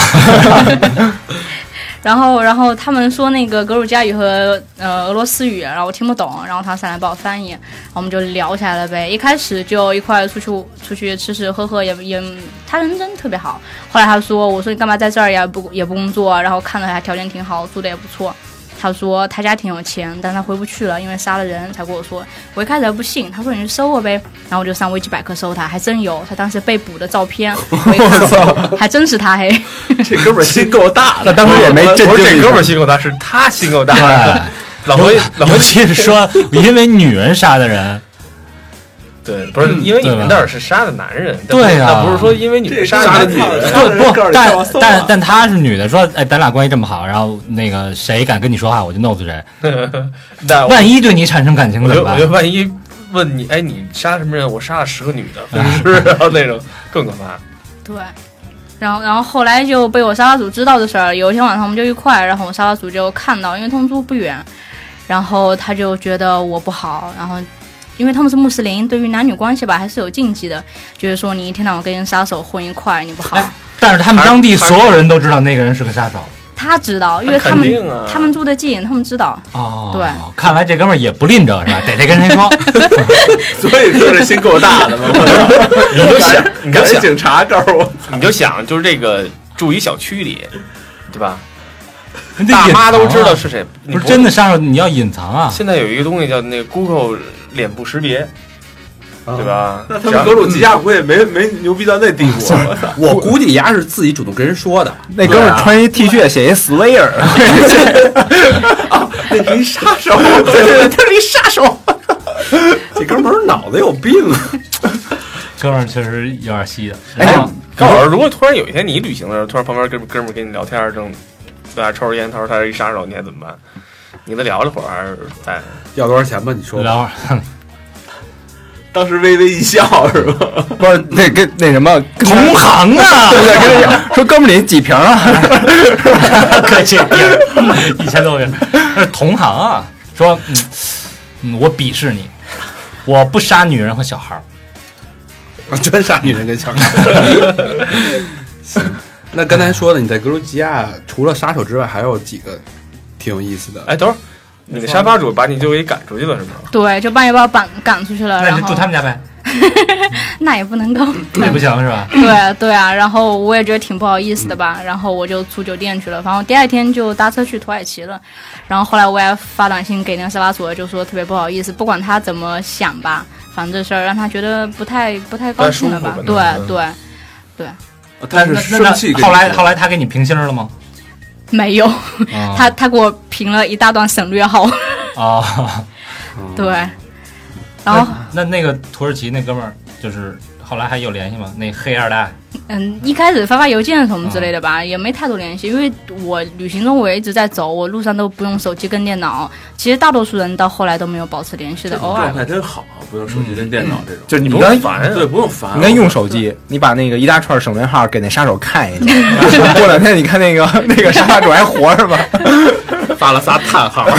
然后然后他们说那个格鲁吉亚语和呃俄罗斯语，然后我听不懂，然后他上来帮我翻译，然后我们就聊起来了呗。一开始就一块出去出去吃吃喝喝，也也他人真特别好。后来他说，我说你干嘛在这儿呀？不也不工作，然后看着他条件挺好，住的也不错。他说他家挺有钱，但他回不去了，因为杀了人才跟我说。我一开始还不信，他说你去搜我呗，然后我就上维基百科搜他，还真有他当时被捕的照片，我一看还真是他嘿。
这哥们心够大的，当时也没震
我
惊。
说这哥们儿
心够大，是他心够大
对
老
尤
回老回
尤其是说因为女人杀的 人，
对，不是因为你们那儿是杀的男人，但
对呀
那不是说因为你们杀的女人，
不不，但但但她是女的，说哎，咱俩关系这么好，然后那个谁敢跟你说话，我就弄死谁。
那我
万一对你产生感情
我
怎
觉
么
得我觉得
办？
万一问你，哎，你杀什么人？我杀了十个女的， 是不是？然后那种更可怕。
对，然后然后后来就被我沙发主知道这事儿。有一天晚上我们就一块，然后我沙发主就看到，因为他们住不远，然后他就觉得我不好，然后。因为他们是穆斯林，对于男女关系吧还是有禁忌的，就是说你一天到晚跟人杀手混一块，你不好。
但是他们当地所有人都知道那个人是个杀手。
他知道，因为他
肯
们、
定啊
他们住得近，他们知道。
哦，
对，
看来这哥们儿也不吝着是吧？得得跟人说，
所以说这心够大的嘛。
你就想，你就想
警察告诉我，
你就想，就是这个住一小区里，对吧？
你得
大
隐
妈都
藏
知道
啊
是谁，你
不是真的杀手，你要隐藏啊。
现在有一个东西叫那个 Google 脸部识别，对吧？
那他们格鲁吉亚估计没没牛逼到那地步。
我估计丫是自己主动跟人说的。
那哥们儿穿一 T 恤，写一 Slayer，
那一杀手，对对对，他是一杀手。这哥们儿脑子有病啊！
哥们儿确实有点稀的。
哎，高老师，如果突然有一天你旅行的时候，突然旁边哥们哥们儿跟你聊天儿，正对吧，抽着烟，他说他是一杀手，你还怎么办？你跟他聊了会儿，哎还是再
要多少钱吧？你说
聊会儿。
当时微微一笑是吧？
不是那跟那什么 同
行啊，
对对，跟人家 说哥们儿你几瓶啊？
可这一千多人，那是同行啊，说，嗯嗯，我鄙视你，我不杀女人和小孩儿，
我专杀女人跟枪。行，那刚才说的，你在格鲁吉亚除了杀手之外，还有几个挺有意思的。
哎，等会儿你的沙发主把你就给赶出去了是吗？
对，就半夜把我赶赶出去了。呃然后
家呗，
那也不 能够。
那也不行是吧？
对对啊，然后我也觉得挺不好意思的吧，然后我就住酒店去了，反正我第二天就搭车去土耳其了，然后后来我也发短信给那个沙发主，就说特别不好意思，不管他怎么想吧，反正这事儿让他觉得不太不太高兴了吧，
不太舒服吧
对对对，
哦
他是
那那
生气
那
跟你
后来
说
后来他给你平心儿了吗？
没有，
哦
他他给我评了一大段省略号，
啊，
对，然后
那那那个土耳其那哥们儿，就是后来还有联系吗？那黑二代
嗯，一开始发发邮件什么之类的吧，也没太多联系，因为我旅行中我也一直在走，我路上都不用手机跟电脑。其实大多数人到后来都没有保持联系的，偶尔
状态真好，不用手机跟电脑这种，
就你
不
刚
用烦，对，不用烦。
你看用啊手机，你把那个一大串省略号给那杀手看一下，过两天你看那个那个杀手还活着吗？
发了仨叹号。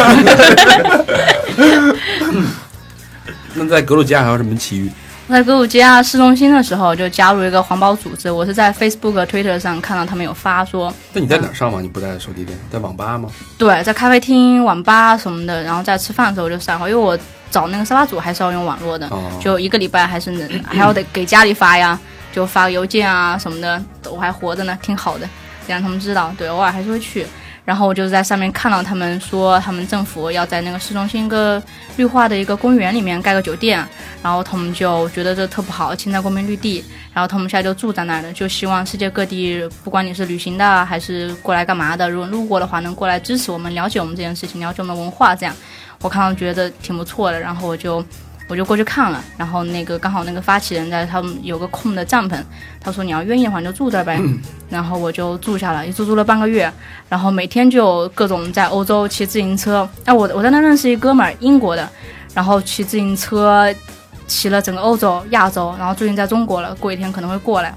那在格鲁吉亚还有什么奇遇？
我在格鲁吉亚市中心的时候就加入一个环保组织，我是在 Facebook、Twitter 上看到他们有发说，
那你在哪儿上网？你不在手机店，在网吧吗？
对，在咖啡厅、网吧什么的，然后在吃饭的时候就上过，因为我找那个沙发主还是要用网络的，
哦
嗯就一个礼拜还是能还要得给家里发呀，就发个邮件啊什么的，我还活着呢，挺好的，得让他们知道。对，偶尔还是会去。然后我就在上面看到他们说，他们政府要在那个市中心一个绿化的一个公园里面盖个酒店，然后他们就觉得这特不好，侵占公民绿地，然后他们现在就住在那儿了，就希望世界各地，不管你是旅行的还是过来干嘛的，如果路过的话，能过来支持我们，了解我们这件事情，了解我们文化，这样，我看到觉得挺不错的，然后我就。我就过去看了，然后那个刚好那个发起人在他们有个空的帐篷，他说你要愿意的话你就住这儿呗，然后我就住下了，一住住了半个月，然后每天就各种在欧洲骑自行车，哎、我我在那认识一哥们儿，英国的，然后骑自行车骑了整个欧洲、亚洲，然后最近在中国了，过几天可能会过来，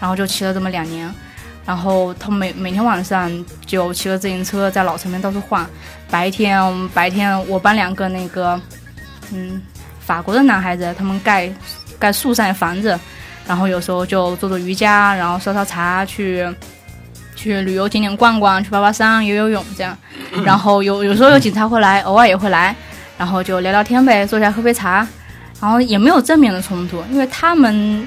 然后就骑了这么两年，然后他每每天晚上就骑着自行车在老城边到处晃，白天我们白天我班两个那个，嗯。法国的男孩子，他们盖盖树上的房子，然后有时候就做做瑜伽，然后烧烧茶，去去旅游景点逛逛，去爬爬山、游游泳这样。然后有有时候有警察会来，偶尔也会来，然后就聊聊天呗，坐下来喝杯茶，然后也没有正面的冲突，因为他们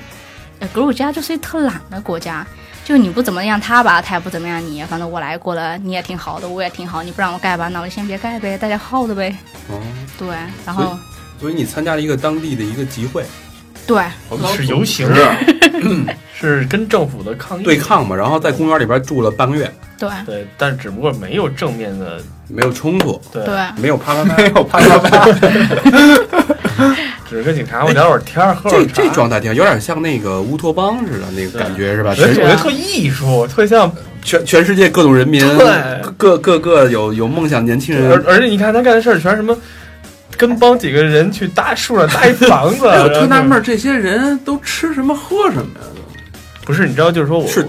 呃格鲁吉亚就是一特懒的国家。就你不怎么样他吧，他也不怎么样你，反正我来过了，你也挺好的，我也挺好，你不让我盖吧，那我就先别盖呗，大家耗着呗。
哦，
对，然后
所以你参加了一个当地的一个集会，
对，
我们
是游行，是跟政府的抗议
对抗嘛，然后在公园里边住了半个月，
对
对，但只不过没有正面的，
没有冲突，
对
没有啪啪啪，没有啪啪啪，
只是跟警察会聊会儿天儿，喝会
这
儿茶
这状态挺好，有点像那个乌托邦似的那个感觉是吧？
我觉得
全
我
啊
觉得特艺术，特像
全全世界各种人民
对，
各各个有有梦想年轻
而
人，
而且你看他干的事儿全是什么，跟帮几个人去搭树啊上搭一房子，
哎我
然后
特纳闷儿，这些人都吃什么喝什么呀？
不是，你知道，就是说我是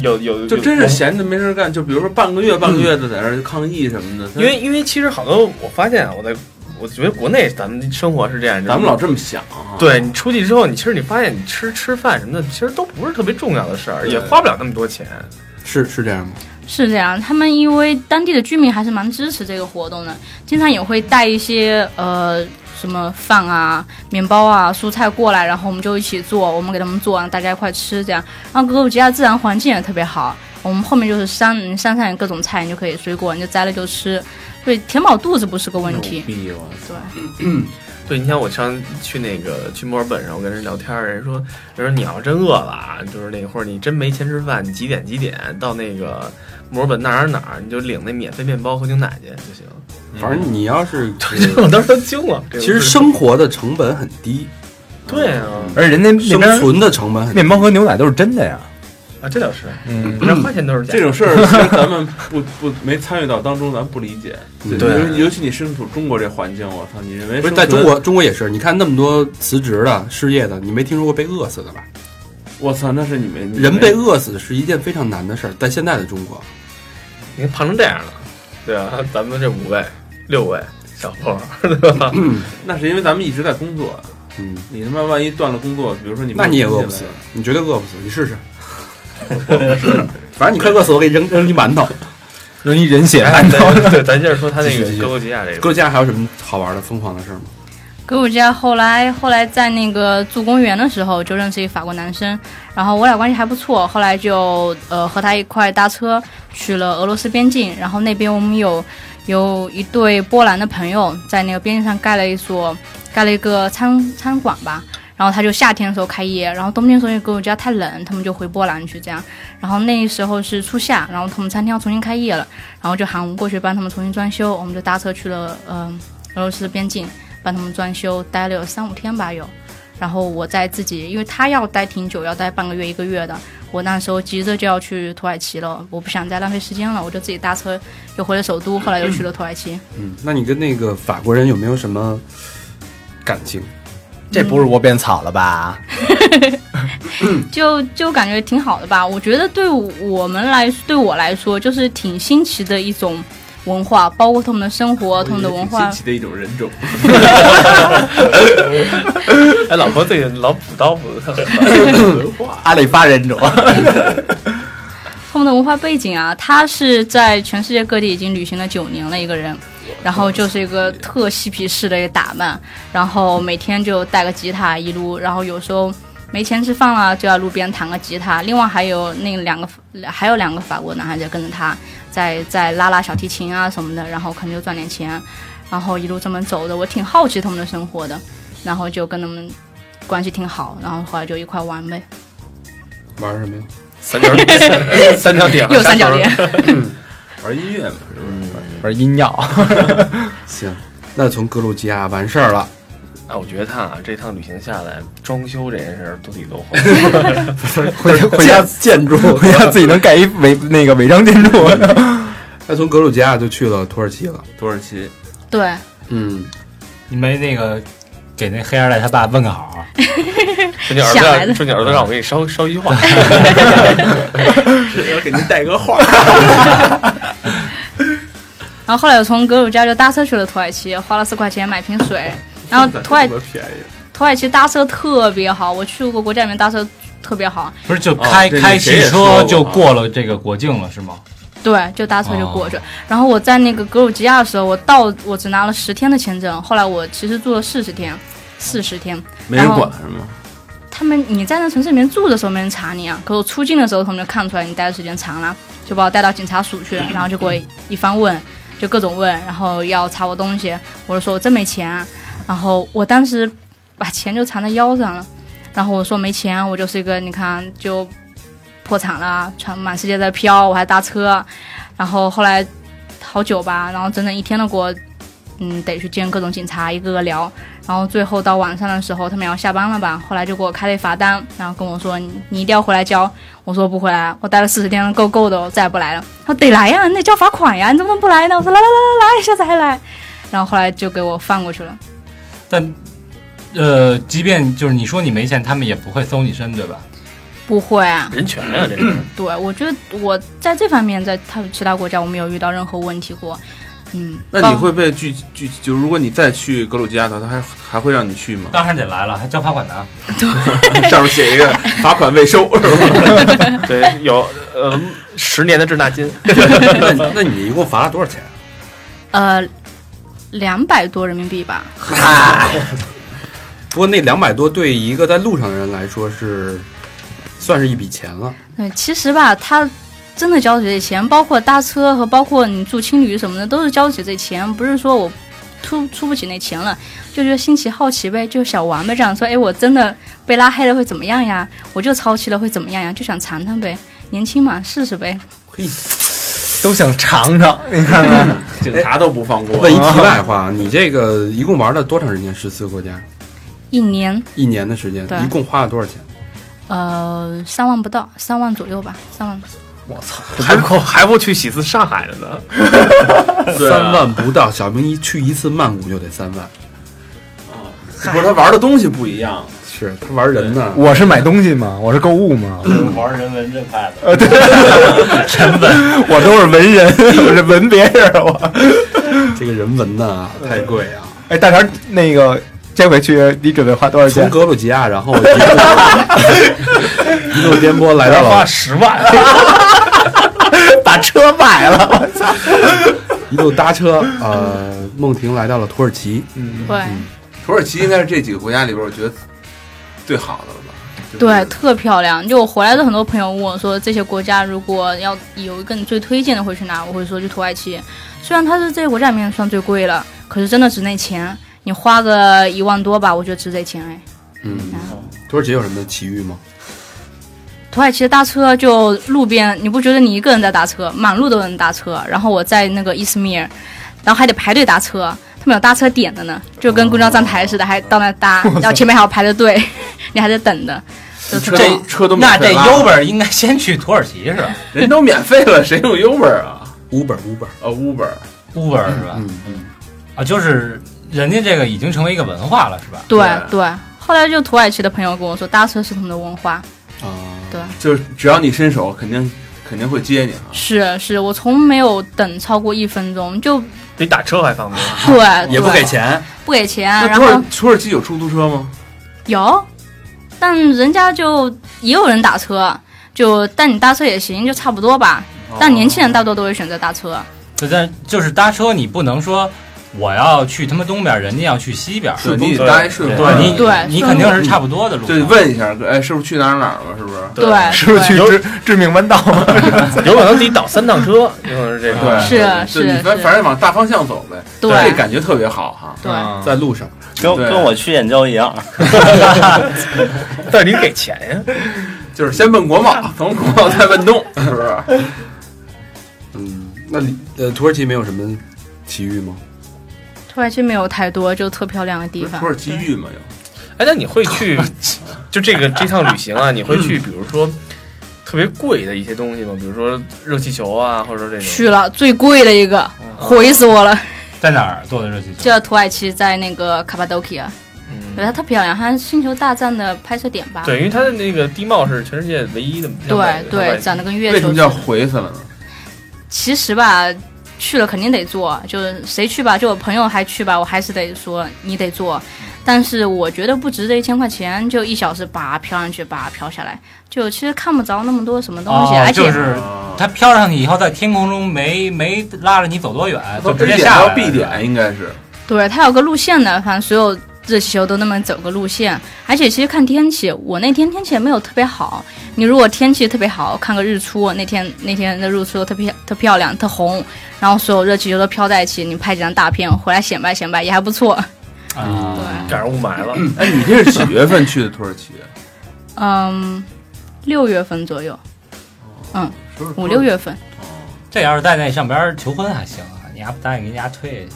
有有
就
有
真是闲着没事儿干，就比如说半个月、半个月的在那儿抗议什么的。他
因为因为其实好多我发现啊，我在我觉得国内咱们生活是这样，
咱们老这么想啊
对你出去之后，你其实你发现你吃吃饭什么的，其实都不是特别重要的事儿，
对
也花不了那么多钱。
是是这样吗？
是这样，他们因为当地的居民还是蛮支持这个活动的，经常也会带一些呃什么饭啊、面包啊、蔬菜过来，然后我们就一起做，我们给他们做，然后大家一块吃这样。然后格鲁吉亚自然环境也特别好，我们后面就是山，嗯山上有各种菜，你就可以水果，你就摘了就吃，所以填饱肚子不是个问题。
逼我
对，
对，你像我上去那个去墨尔本上，我跟人聊天儿，人说人说你要真饿了啊，就是那会儿你真没钱吃饭，你几点几点到那个墨尔本哪儿哪儿，你就领那免费面包和牛奶去就行。
嗯
反正你要 是
我当时都惊了。这
其实
个
生活的成本很低，
对啊，
而人家那
生
边
存的成本很低，
面包和牛奶都是真的呀。
啊，这倒是，
嗯
这花钱都是假的
这种事儿，其实咱们不不没参与到当中，咱不理解。
嗯
尤
对
尤其你身处中国这环境，我操，你认为
不是
生
在中
存
国，中国也是，你看那么多辞职的、失业的，你没听说过被饿死的吧？
我操，那是你们
人被饿死是一件非常难的事儿，在现在的中国，
你看胖成这样了，对啊，咱们这五位、六位小胖儿，对
啊
吧？
嗯那是因为咱们一直在工作。
嗯，
你他妈万一断了工作，比如说你
那你也饿不死，你绝对饿不死，你试 试。反正你快饿死，我给你扔扔一馒头，
扔一人 血馒
头。哎对，咱接着说他那
继续
个
继续
格鲁吉亚这个，
格鲁吉亚还有什么好玩的、疯狂的事儿吗？
格鲁吉亚后来后来在那个住公园的时候就认识一法国男生，然后我俩关系还不错，后来就呃和他一块搭车去了俄罗斯边境，然后那边我们有有一对波兰的朋友在那个边境上盖了一所盖了一个餐餐馆吧，然后他就夏天的时候开业，然后冬天的时候因为格鲁吉亚太冷，他们就回波兰去这样，然后那时候是初夏，然后他们餐厅要重新开业了，然后就喊我们过去帮他们重新装修，我们就搭车去了嗯、呃俄罗斯边境。帮他们装修，待了有三五天吧有。然后我再自己，因为他要待挺久，要待半个月一个月的。我那时候急着就要去土耳其了，我不想再浪费时间了，我就自己搭车又回了首都，后来又去了土耳其。
嗯，那你跟那个法国人有没有什么感情？
这不是窝边草了吧？
就就感觉挺好的吧。我觉得对我们来，对我来说，就是挺新奇的一种文化，包括他们的生活，他们的文化
新。奇的一种人种。
哎，老婆最近老补刀补 的，
阿里发人种，
他们的文化背景啊，他是在全世界各地已经旅行了九年了一个人，然后就是一个特嬉皮士的一个打扮，然后每天就带个吉他一路，然后有时候没钱吃饭了，就要路边弹个吉他。另外还有那两个还有两个法国男孩子跟着他在在拉拉小提琴啊什么的，然后可能就赚点钱，然后一路这么走的。我挺好奇他们的生活的，然后就跟他们关系挺好，然后后来就一块玩呗。
玩什么呀？
三角点三角点
又三角 点
玩音乐嘛，
是不是？玩音药。行，那从格鲁吉亚完事儿了。
啊，我觉得他啊，这趟旅行下来，装修这件事儿都自己 都
回家回家
建筑，回家自己能盖一违那个违章建筑。
那从格鲁吉亚就去了土耳其了。
土耳其，
对，
嗯，
你没那个给那黑二代他爸问个好啊，
说你儿
想来的
子，说你儿子让我给你捎捎 一句话，是要给您带个话。
然后后来我从格鲁吉亚就搭车去了土耳其，花了四块钱买瓶水。然后土耳
便宜。
土耳其搭车特别好，我去过国家里面搭车特别好，
不是就开、
哦这
开
你谁也
汽
说过
车
啊
就过了这个国境了是吗？
对，就搭车就过去。然后我在那个格鲁吉亚的时候，我到我只拿了十天的签证，后来我其实住了四十天，四十天，
没人
然后
管是吗？
他们你在那城市里面住的时候没人查你啊，可是我出境的时候他们就看出来你待的时间长了，就把我带到警察署去，然后就给我一番问，就各种问，然后要查我东西，我就说我真没钱、啊，然后我当时把钱就藏在腰上了，然后我说没钱，我就是一个你看就破产了，全满世界在飘，我还搭车，然后后来好久吧，然后整整一天的给我嗯，得去见各种警察，一个个聊，然后最后到晚上的时候，他们也要下班了吧？后来就给我开了一罚单，然后跟我说你你一定要回来交。我说不回来，我待了四十天了，够够的，我再也不来了。他说得来呀，你得交罚款呀，你怎么能不来呢？我说来来来来来，下次还来。然后后来就给我放过去了。
但呃，即便就是你说你没钱，他们也不会搜你身对吧？
不会啊，
人权呀、这是。
对我觉得我在这方面，在他其他国家我没有遇到任何问题过。嗯，
那你会被拒拒？就如果你再去格鲁吉亚的话，他还还会让你去吗？
当然得来了，还交罚款呢。
上面写一 个罚款未收，
对，有呃十年的滞纳 金。
那你那你一共罚了多 少钱？
呃，两百多人民币吧。
不过那两百多对一个在路上的人来说是算是一笔钱了。
嗯，其实吧，他真的交的这些钱，包括搭车和包括你住青旅什么的，都是交起这钱，不是说我出出不起那钱了，就觉得新奇好奇呗，就想玩呗，这样说，哎，我真的被拉黑了会怎么样呀？我就超期了会怎么样呀？就想尝尝呗，年轻嘛，试试呗。
都想尝尝，你看看。
警察都不放过。
问一题外话，你这个一共玩了多长时间？十四个国家，
一年，
一年的时间
对，
一共花了多少钱？
呃，三万不到，三万左右吧，三万。
还不还不去喜次上海的呢？对啊
三万不到，小明一去一次曼谷就得三万。
哦
不是他玩的东西不一样，是他玩人呢。
我是买东西嘛，我是购物嘛，
嗯
玩人文这派
呃，对，
沉
稳，我都是文人，我是文别人，我
这个人文呐太贵啊。
哎，大肠那个这回去你准备花多少钱？
从格鲁吉亚，然后 一路颠簸来到了
十 万，
把车买了，我操！
一路搭车，呃，梦婷来到了土耳其。嗯
对
土耳其应该是这几个国家里边，我觉得最好的了吧？
对，特漂亮。就我回来的很多朋友问我说，这些国家如果要有一个你最推荐的会去哪？我会说去土耳其。虽然它是这些国家里面算最贵了，可是真的值那钱。你花个一万多吧，我觉得值这钱哎。
嗯，土耳其有什么奇遇吗？
土耳其的搭车就路边，你不觉得你一个人在搭车，满路都有人搭车。然后我在那个伊斯密尔，然后还得排队搭车，他们有搭车点的呢，就跟公交站台似的，还到那搭，然后前面还要排着队， 你还得等的。就特别好
车都免
那
费
这
拉
Uber 应该先去土耳其是吧？
人都免费了，谁用 Uber 啊
？Uber Uber
呃 Uber
Uber 是吧？
嗯嗯，
啊，就是人家这个已经成为一个文化了是吧？
对对，后来就土耳其的朋友跟我说，搭车是他们的文化。
啊，
对，
就是只要你伸手，肯定肯定会接你啊。
是是，我从没有等超过一分钟，就
比打车还方便。
对啊也不对给
钱。
不给钱，
那
啊然
土
后
耳土耳其有出租车吗？
有，但人家就也有人打车，就但你搭车也行，就差哦不多吧。但年轻人大多都会选择搭车，
对，但就是搭车，你不能说我要去他妈东边，人家要去西边，
顺风对你得待顺风
对你
对
你肯定是差不多的路。
对，问一下，哎，是不是去哪儿哪儿了？是不是？
对
是不是去致致命弯道？
有可能自己倒三趟车，有可能是这种。
对，
是
就你反
是
反正往大方向走呗，
对
这感觉特别好哈。
对嗯
在路上，
跟跟我去燕郊一样。
但是你给钱呀，就是先奔国贸，从国贸再奔东，是不是？
嗯，那里呃，土耳其没有什么奇遇吗？
土耳其没有太多，就特漂亮的地方。
遇嘛又。
哎，那你会去就这个这趟旅行啊？你会去，比如说特别贵的一些东西吗？比如说热气球啊，或者说这种。嗯
去了最贵的一个，毁死我了！
在哪儿坐的热气球？
这土耳其在那个卡帕多奇亚，对它特漂亮，它是《星球大战》的拍摄点吧？
嗯对，因为它的那个地貌是全世界唯一的。
对
两百
对
两百
长得跟月球
为什么叫回死了呢？
其实吧，去了肯定得做，就是谁去吧，就我朋友还去吧，我还是得说你得做。但是我觉得不值这一千块钱，就一小时叭飘上去，叭飘下来，就其实看不着那么多什么东西，
哦
而且、
就是
啊
它飘上去以后，在天空中没没拉着你走多远，就直接
A 点
下来
到
了
B 点应该是，
对它有个路线的，反正所有热气球都那么走个路线。而且其实看天气，我那天天气也没有特别好。你如果天气特别好，看个日出，那天 那天的日出特别特漂亮，特红，然后所有热气球都飘在一起，你拍几张大片回来显摆显摆也还不错。
啊，
赶上雾霾了。
哎，你这是几月份去的土耳其？
嗯，六月份左右，嗯，五六月份，
这要是在那上边求婚还行啊，你丫不答应，给你丫推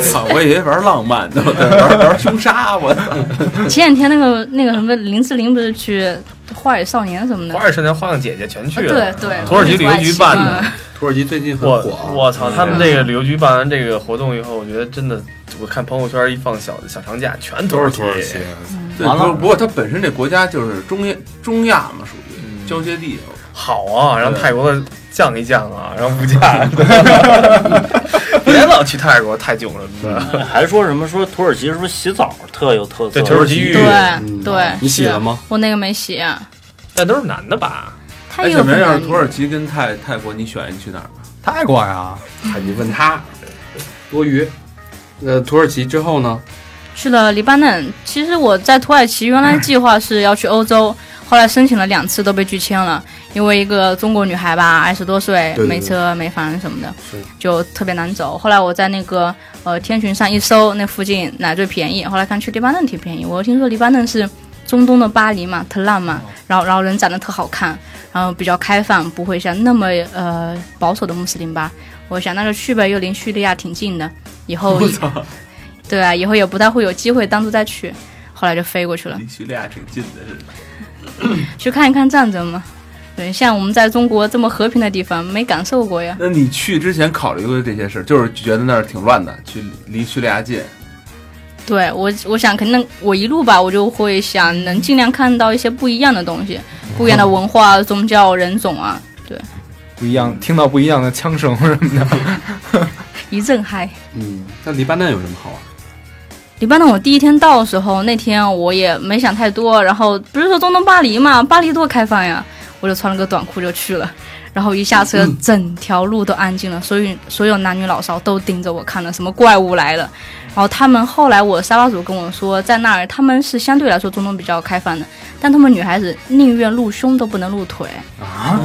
操，我以为玩浪漫呢，我在玩玩凶杀，我操！
前两天那个那个什么林志玲不是去花儿与少年什么的
花，儿少年、花样姐姐全去了。
啊对对
土耳其旅游局办的。
土耳其最近很
我
火啊，
我操！他
嗯
们这个旅游局办完这个活动以后，我觉得真的，我看朋友圈一放小小长假，全
都是
土
土耳其
其。
嗯
对，
完
不
了
过不过它本身这国家就是中亚中亚嘛，属于交接地。
嗯好啊，让泰国的降一降啊，让物 价，别老去泰国，太囧了。
还说什么说土耳其是不是洗澡特有特色？
对土耳其浴
对对，
你洗
是
了吗？
我那个没洗，啊
但都是男的吧？
他
哎，
也有
怎么
分
样？要
男
是
女
土耳其跟泰泰国，你选一去哪儿吧？哎
泰国呀，你问他，多余。呃，土耳其之后呢？
去了黎巴嫩。其实我在土耳其原来计划是要去欧洲，后来申请了两次都被拒签了，因为一个中国女孩吧，二十多岁，
对对对
没车没房什么的
是，
就特别难走。后来我在那个呃天巡上一搜，那附近哪最便宜？后来看去黎巴嫩挺便宜，我听说黎巴嫩是。中东的巴黎嘛，特浪
哦
漫，然后然后人长得特好看，然后比较开放，不会像那么呃保守的穆斯林吧。我想那就去呗，又离叙利亚挺近的，以后
我操，
对啊，以后也不太会有机会单独再去。后来就飞过去了，
离叙利亚挺近的，是吧？
去看一看战争嘛。对，像我们在中国这么和平的地方，没感受过呀。
那你去之前考虑过这些事儿，就是觉得那儿挺乱的，去离叙利亚近。
对我，我想可能我一路吧，我就会想能尽量看到一些不一样的东西，不一样的文化、宗教、人种啊。对，
不一样，听到不一样的枪声什么的。
一阵嗨。
嗯，那黎巴嫩有什么好玩？
黎巴嫩，我第一天到的时候，那天我也没想太多，然后不是说中东巴黎嘛，巴黎多开放呀，我就穿了个短裤就去了，然后一下车，整条路都安静了，所以所有男女老少都盯着我看了，什么怪物来了。然后他们后来，我沙发主跟我说，在那儿他们是相对来说中东比较开放的，但他们女孩子宁愿露胸都不能露腿。
啊？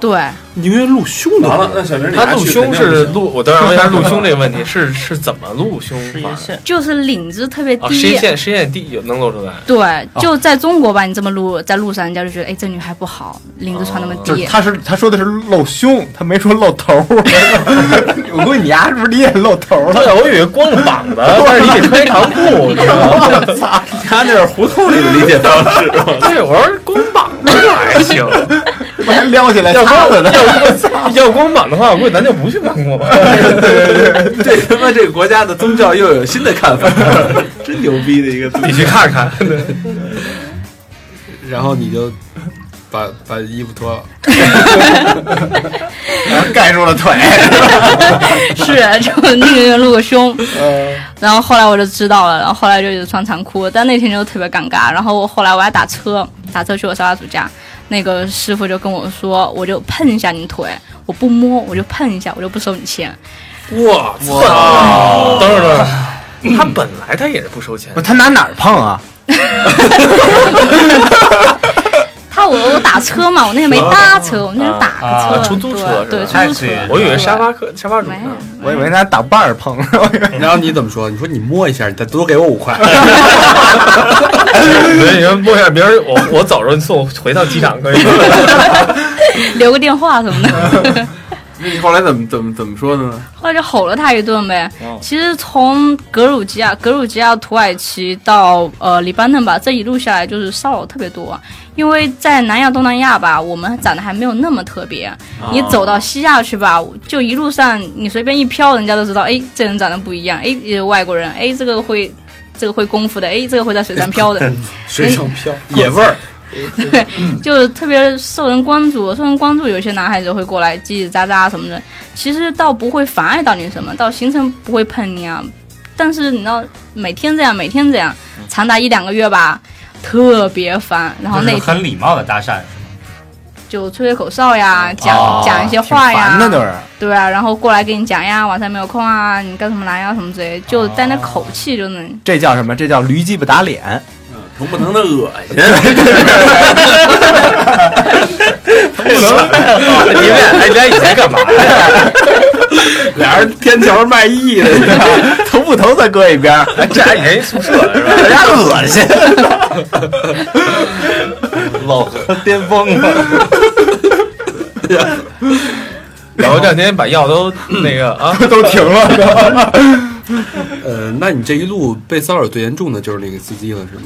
对，
宁愿露胸
的
完了，那小明，
他露胸是露，我当然问一下露胸这个问 题是是怎么露胸法？
就是领子特别低。
啊，深陷深陷地有能露出来。
对，
哦
就在中国吧，你这么露，在路上人家就觉得，哎，这女孩不好，领子穿那么
就
低。
是他是他说的是露胸，他没说露头。 我估计你丫是不是你也露头 了？
对，我以为光着膀子，
但是你
得穿长裤。
我操！
他那是胡同里的理解方式。
对，我说光膀子还行，
我还撩起来
要
擦
光
擦呢。
要 要光膀的话，我估计咱就不去办公了。
这他妈这个国家的宗教又有新的看法，真牛逼的一个。
你去看看。
然后你就把把衣服脱了，
然后盖住了腿。
是，就那个露个 胸。
呃
然后后来我就知道了，然后后来就一直穿长裤，但那天就特别尴尬。然后我后来我还打车，打车去我沙发主家，那个师傅就跟我说，我就碰一下你腿，我不摸，我就碰一下，我就不收你钱。
哇
哇
等会儿等会儿
他本来他也是不收钱
不，，他拿哪儿碰啊？
他我我打车嘛，我那天没搭车，我那天打
啊
个车，
出租车是吧
对
哎
出租车，
我以为沙发客沙发主
呢，
我以为他打半碰， 然后你怎么说？你说你摸一下，你再多给我五 块。，
所以你说摸一下别人，我我走着你送我回到机场可以吗？
留个电话什么的。
那你后来怎么怎么怎么说的呢？
后来就吼了他一顿呗。其实从格鲁吉亚、格鲁吉亚、土耳其到呃黎巴嫩吧，这一路下来就是骚扰特别多。因为在南亚、东南亚吧，我们长得还没有那么特别。你
啊
走到西亚去吧，就一路上你随便一飘，人家都知道，哎，这人长得不一样，哎，也是外国人，哎，这个会这个会功夫的，哎，这个会在水上漂的
水上 漂野味儿，
对，就是特别受人关注，受人关注，有些男孩子会过来叽叽喳喳什么的，其实倒不会妨碍到你什么，倒行程不会碰你啊。但是你知道，每天这样，每天这样，长达一两个月吧，特别烦。然后
就是
哦那天
很礼貌的搭讪，
就吹吹口哨呀，讲、
哦
讲一些话呀，
挺烦的就是
对啊，然后过来跟你讲呀，晚上没有空啊，你干什么来呀，什么之类的，
哦
就带那口气就能。
这叫什么？这叫驴鸡巴打脸。
疼不疼的恶心？
不能，你俩哎，你俩以前干嘛呀？俩人天桥卖艺的，你知道吗投不投再搁一边儿，这还人宿舍是吧？人家恶心，
老
巅峰 了。
聊了半天把药都那个啊
都停了。呃，那你这一路被骚扰最严重的就是那个司机了，是吗？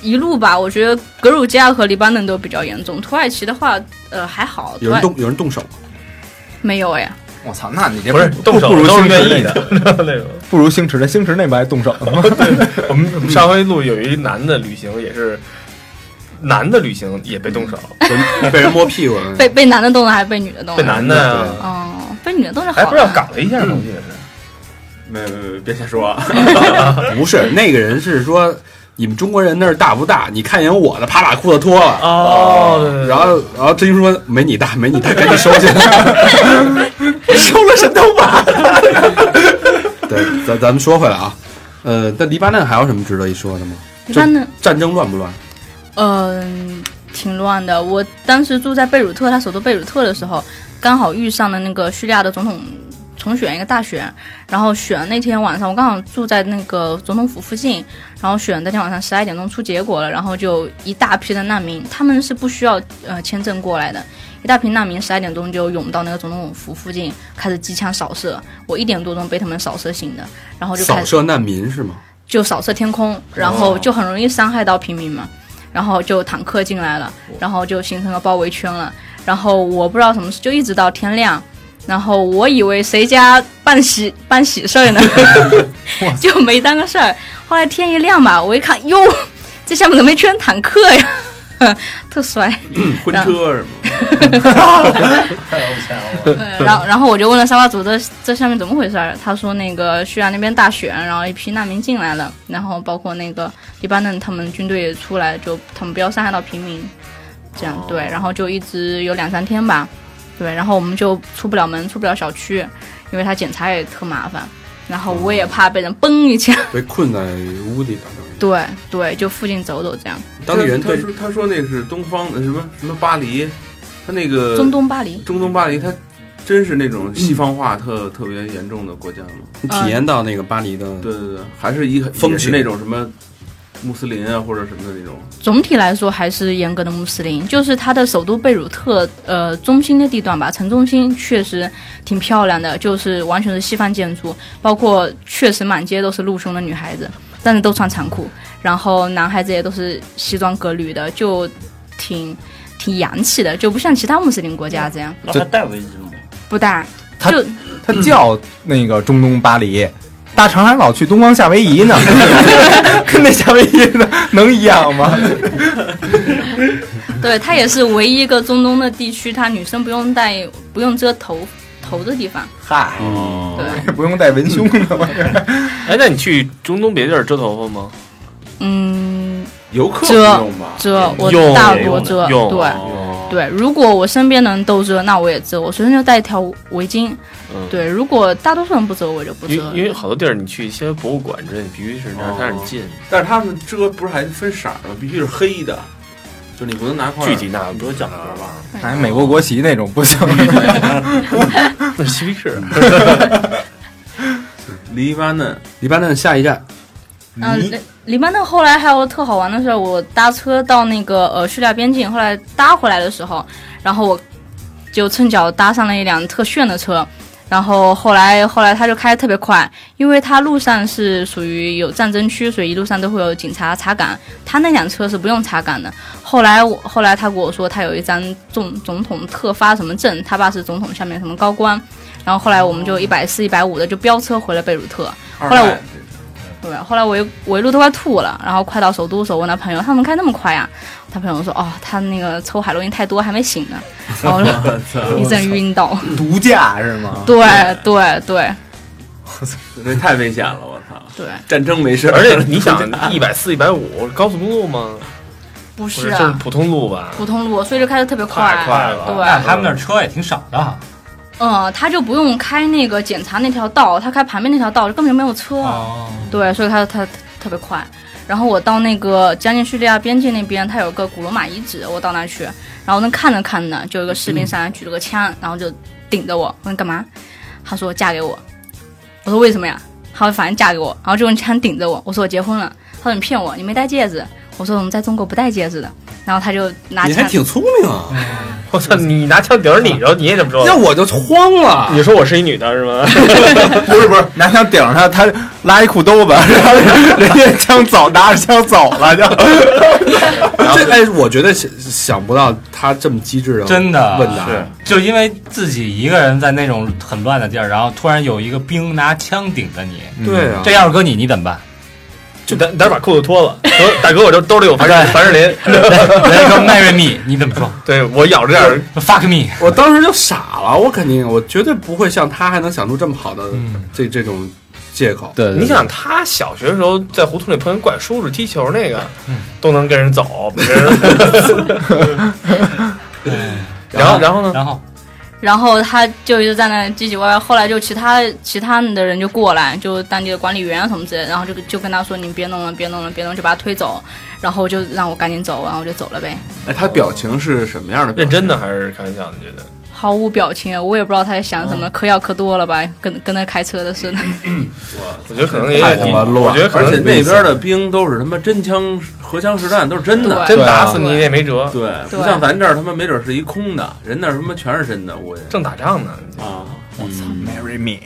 一路吧，我觉得格鲁吉亚和黎巴嫩都比较严重，土耳其的话，呃还好。
有人动，有人动手吗？
没有哎，
我操，那你这
不是动手
不如
都是
星驰
愿意
那
的
那种。
不如星驰的，星驰那不还动手呢吗？
我们上回录有一男的旅行也是，男的旅行也被动手，
嗯
被人摸屁股，
被被男的动的还是被女的动的？
被男的呀
哦，被女的动的好。
哎，不是要搞了一下吗？我记得是。
没没没，别瞎说。
不是，那个人是说你们中国人那儿大不大？你看见我的，啪把裤子脱了。
嗯
哦，
然后然后真说没你大，没你大，赶紧收起来，收了神偷吧。 对，咱咱们说回来啊，呃，但黎巴嫩还有什么值得一说的吗？
黎巴
这
嫩
战争乱不乱？
嗯，挺乱的。我当时住在贝鲁特，他首都贝鲁特的时候，刚好遇上了那个叙利亚的总统重选一个大选，然后选那天晚上，我刚好住在那个总统府附近，然后选那天晚上十二点钟出结果了，然后就一大批的难民，他们是不需要呃签证过来的。一大批难民十二点钟就涌到那个总统府附近，开始机枪扫射。我一点多钟被他们扫射醒的，然后就开
扫
始
射难民是吗？
就扫射天空，然后就很容易伤害到平民嘛。然后就坦克进来了，然后就形成了包围圈了。然后我不知道什么事，就一直到天亮。然后我以为谁家办喜办喜事儿呢， 就没当个事儿。后来天一亮吧，我一看，哟，这下面怎么一圈坦克呀？ 特帅，
嗯
婚车是吗？
对然后，然后我就问了沙发主这这下面怎么回事儿，他说那个叙利亚那边大选，然后一批难民进来了，然后包括那个黎巴嫩他们军队也出来，就他们不要伤害到平民，这样对，然后就一直有两三天吧，对，然后我们就出不了门，出不了小区，因为他检查也特麻烦，然后我也怕被人嘣一下，
被困在屋里边儿。
对对，就附近走走这样，
当地人
他
对
说他说那是东方的什么什么巴黎，他那个
中东巴黎，
中东巴黎，他真是那种西方化特特别严重的国家吗？
你体验到那个巴黎的，
啊对对对，还是一
风
也是
情
那种什么穆斯林啊或者什么的那种。
总体来说还是严格的穆斯林，就是它的首都贝鲁特，呃，中心的地段吧，城中心确实挺漂亮的，就是完全是西方建筑，包括确实满街都是露胸的女孩子，但是都穿长裤，然后男孩子也都是西装革履的，就挺挺洋气的，就不像其他穆斯林国家这样，
那还戴围巾吗？
不大，
他他叫那个中东巴黎，大肠还老去东方夏威 夷呢，跟那夏威夷的能一样吗？
对，它也是唯一一个中东的地区，它女生不用戴不用遮头头的地方。
嗨，
嗯
哦
对，
不用带文胸呢。
哎，那你去中东别地儿遮头发吗？
嗯，
游
客不
遮
用吧
遮，我
用
大多遮，
用哦
对，对，如果我身边的人都遮，那我也遮，我随身就带一条围巾。
嗯
对，如果大多数人不遮，我就不遮
因为。因为好多地儿你去一些博物馆之类，你必须是那它是近，
但是他们遮不是还分色儿吗？必须是黑的，就你不能拿块
具体那
不多讲究吧？
还哎美国国旗那种不行。
那嬉皮士。
黎巴嫩，
黎巴嫩下一站，
嗯，黎黎巴嫩后来还有特好玩的事儿，我搭车到那个呃叙利亚边境，后来搭回来的时候，然后我就趁脚搭上了一辆特炫的车，然后后来后来他就开得特别快，因为他路上是属于有战争区，所以一路上都会有警察查岗，他那辆车是不用查岗的。后来我后来他跟我说他有一张总总统特发什么证，他爸是总统下面什么高官，然后后来我们就一百四一百五的就飙车回了贝鲁特，后来我。对，后来我一我一路都快吐了，然后快到首都的时候，我那朋友他们开那么快呀？他朋友说哦，他那个抽海洛因太多，还没醒 呢，然后我就一阵晕倒。
毒驾是吗？
对对对
那太危险了，我操！
对，
战争没事，
而且 你想，一百四、一百五，高速公路吗？
不
不
是
就是
啊，
普通路吧？
普通路，所以就开的特别快。
那
对，
他们那儿车也挺少的哈。
嗯，他就不用开那个检查那条道，他开旁边那条道，根本就没有车。
哦
对，所以他他特别快。然后我到那个将近叙利亚边境那边，他有个古罗马遗址，我到那去，然后那看着看着，就有一个士兵上来举了个枪，然后就顶着我，问干嘛？他说嫁给我。我说为什么呀？他说反正嫁给我，然后就用枪顶着我。我说我结婚了。他说你骗我，你没戴戒指。我说我们在中国不戴戒指的。然后他就拿枪，
聪明啊！
我操，你拿枪顶着你，然后你也这么说？
那我就慌了。
你说我是一女的是吗？
不是不是，拿枪顶着他，他拉一裤兜子，然后人家枪走，拿着枪走了就。
这哎，我觉得想想不到他这么机智的
真的
问答，
就因为自己一个人在那种很乱的地儿，然后突然有一个兵拿枪顶着你，
对啊
这要是搁你，你怎么办？
就等等把裤子脱 了，说大哥，我这兜里有凡士凡士林，
来个 marry me，你怎么说？
对我咬着 点
fuck me，
我当时就傻了，我肯定，我绝对不会像他还能想出这么好的
嗯
这这种借口。
对
你想他小学的时候在胡同里碰见怪叔叔踢球那个，都能跟人走，没 人然后然后呢？
然后
然后他就一直在那唧唧歪歪。后来就其他其他的人就过来，就当地的管理员啊什么之类的，然后就就跟他说：“你别弄了，别弄了，别弄了，就把他推走。”然后就让我赶紧走，然后我就走了呗，
哎，他表情是什么样的？
认真的还是开玩笑？你觉得？
毫无表情。我也不知道他在想什么，嗑药嗑多了吧，跟跟那开车的似的。
我觉得可能也
太他妈乱
我觉得可
而且
能
那边的兵都是他妈真枪荷枪实弹，都是真的，
真打死你也没辙。
对，不像咱这儿他妈没准是一空的，人那儿他妈全是真的，我
正打仗呢
啊！
我操，marry me！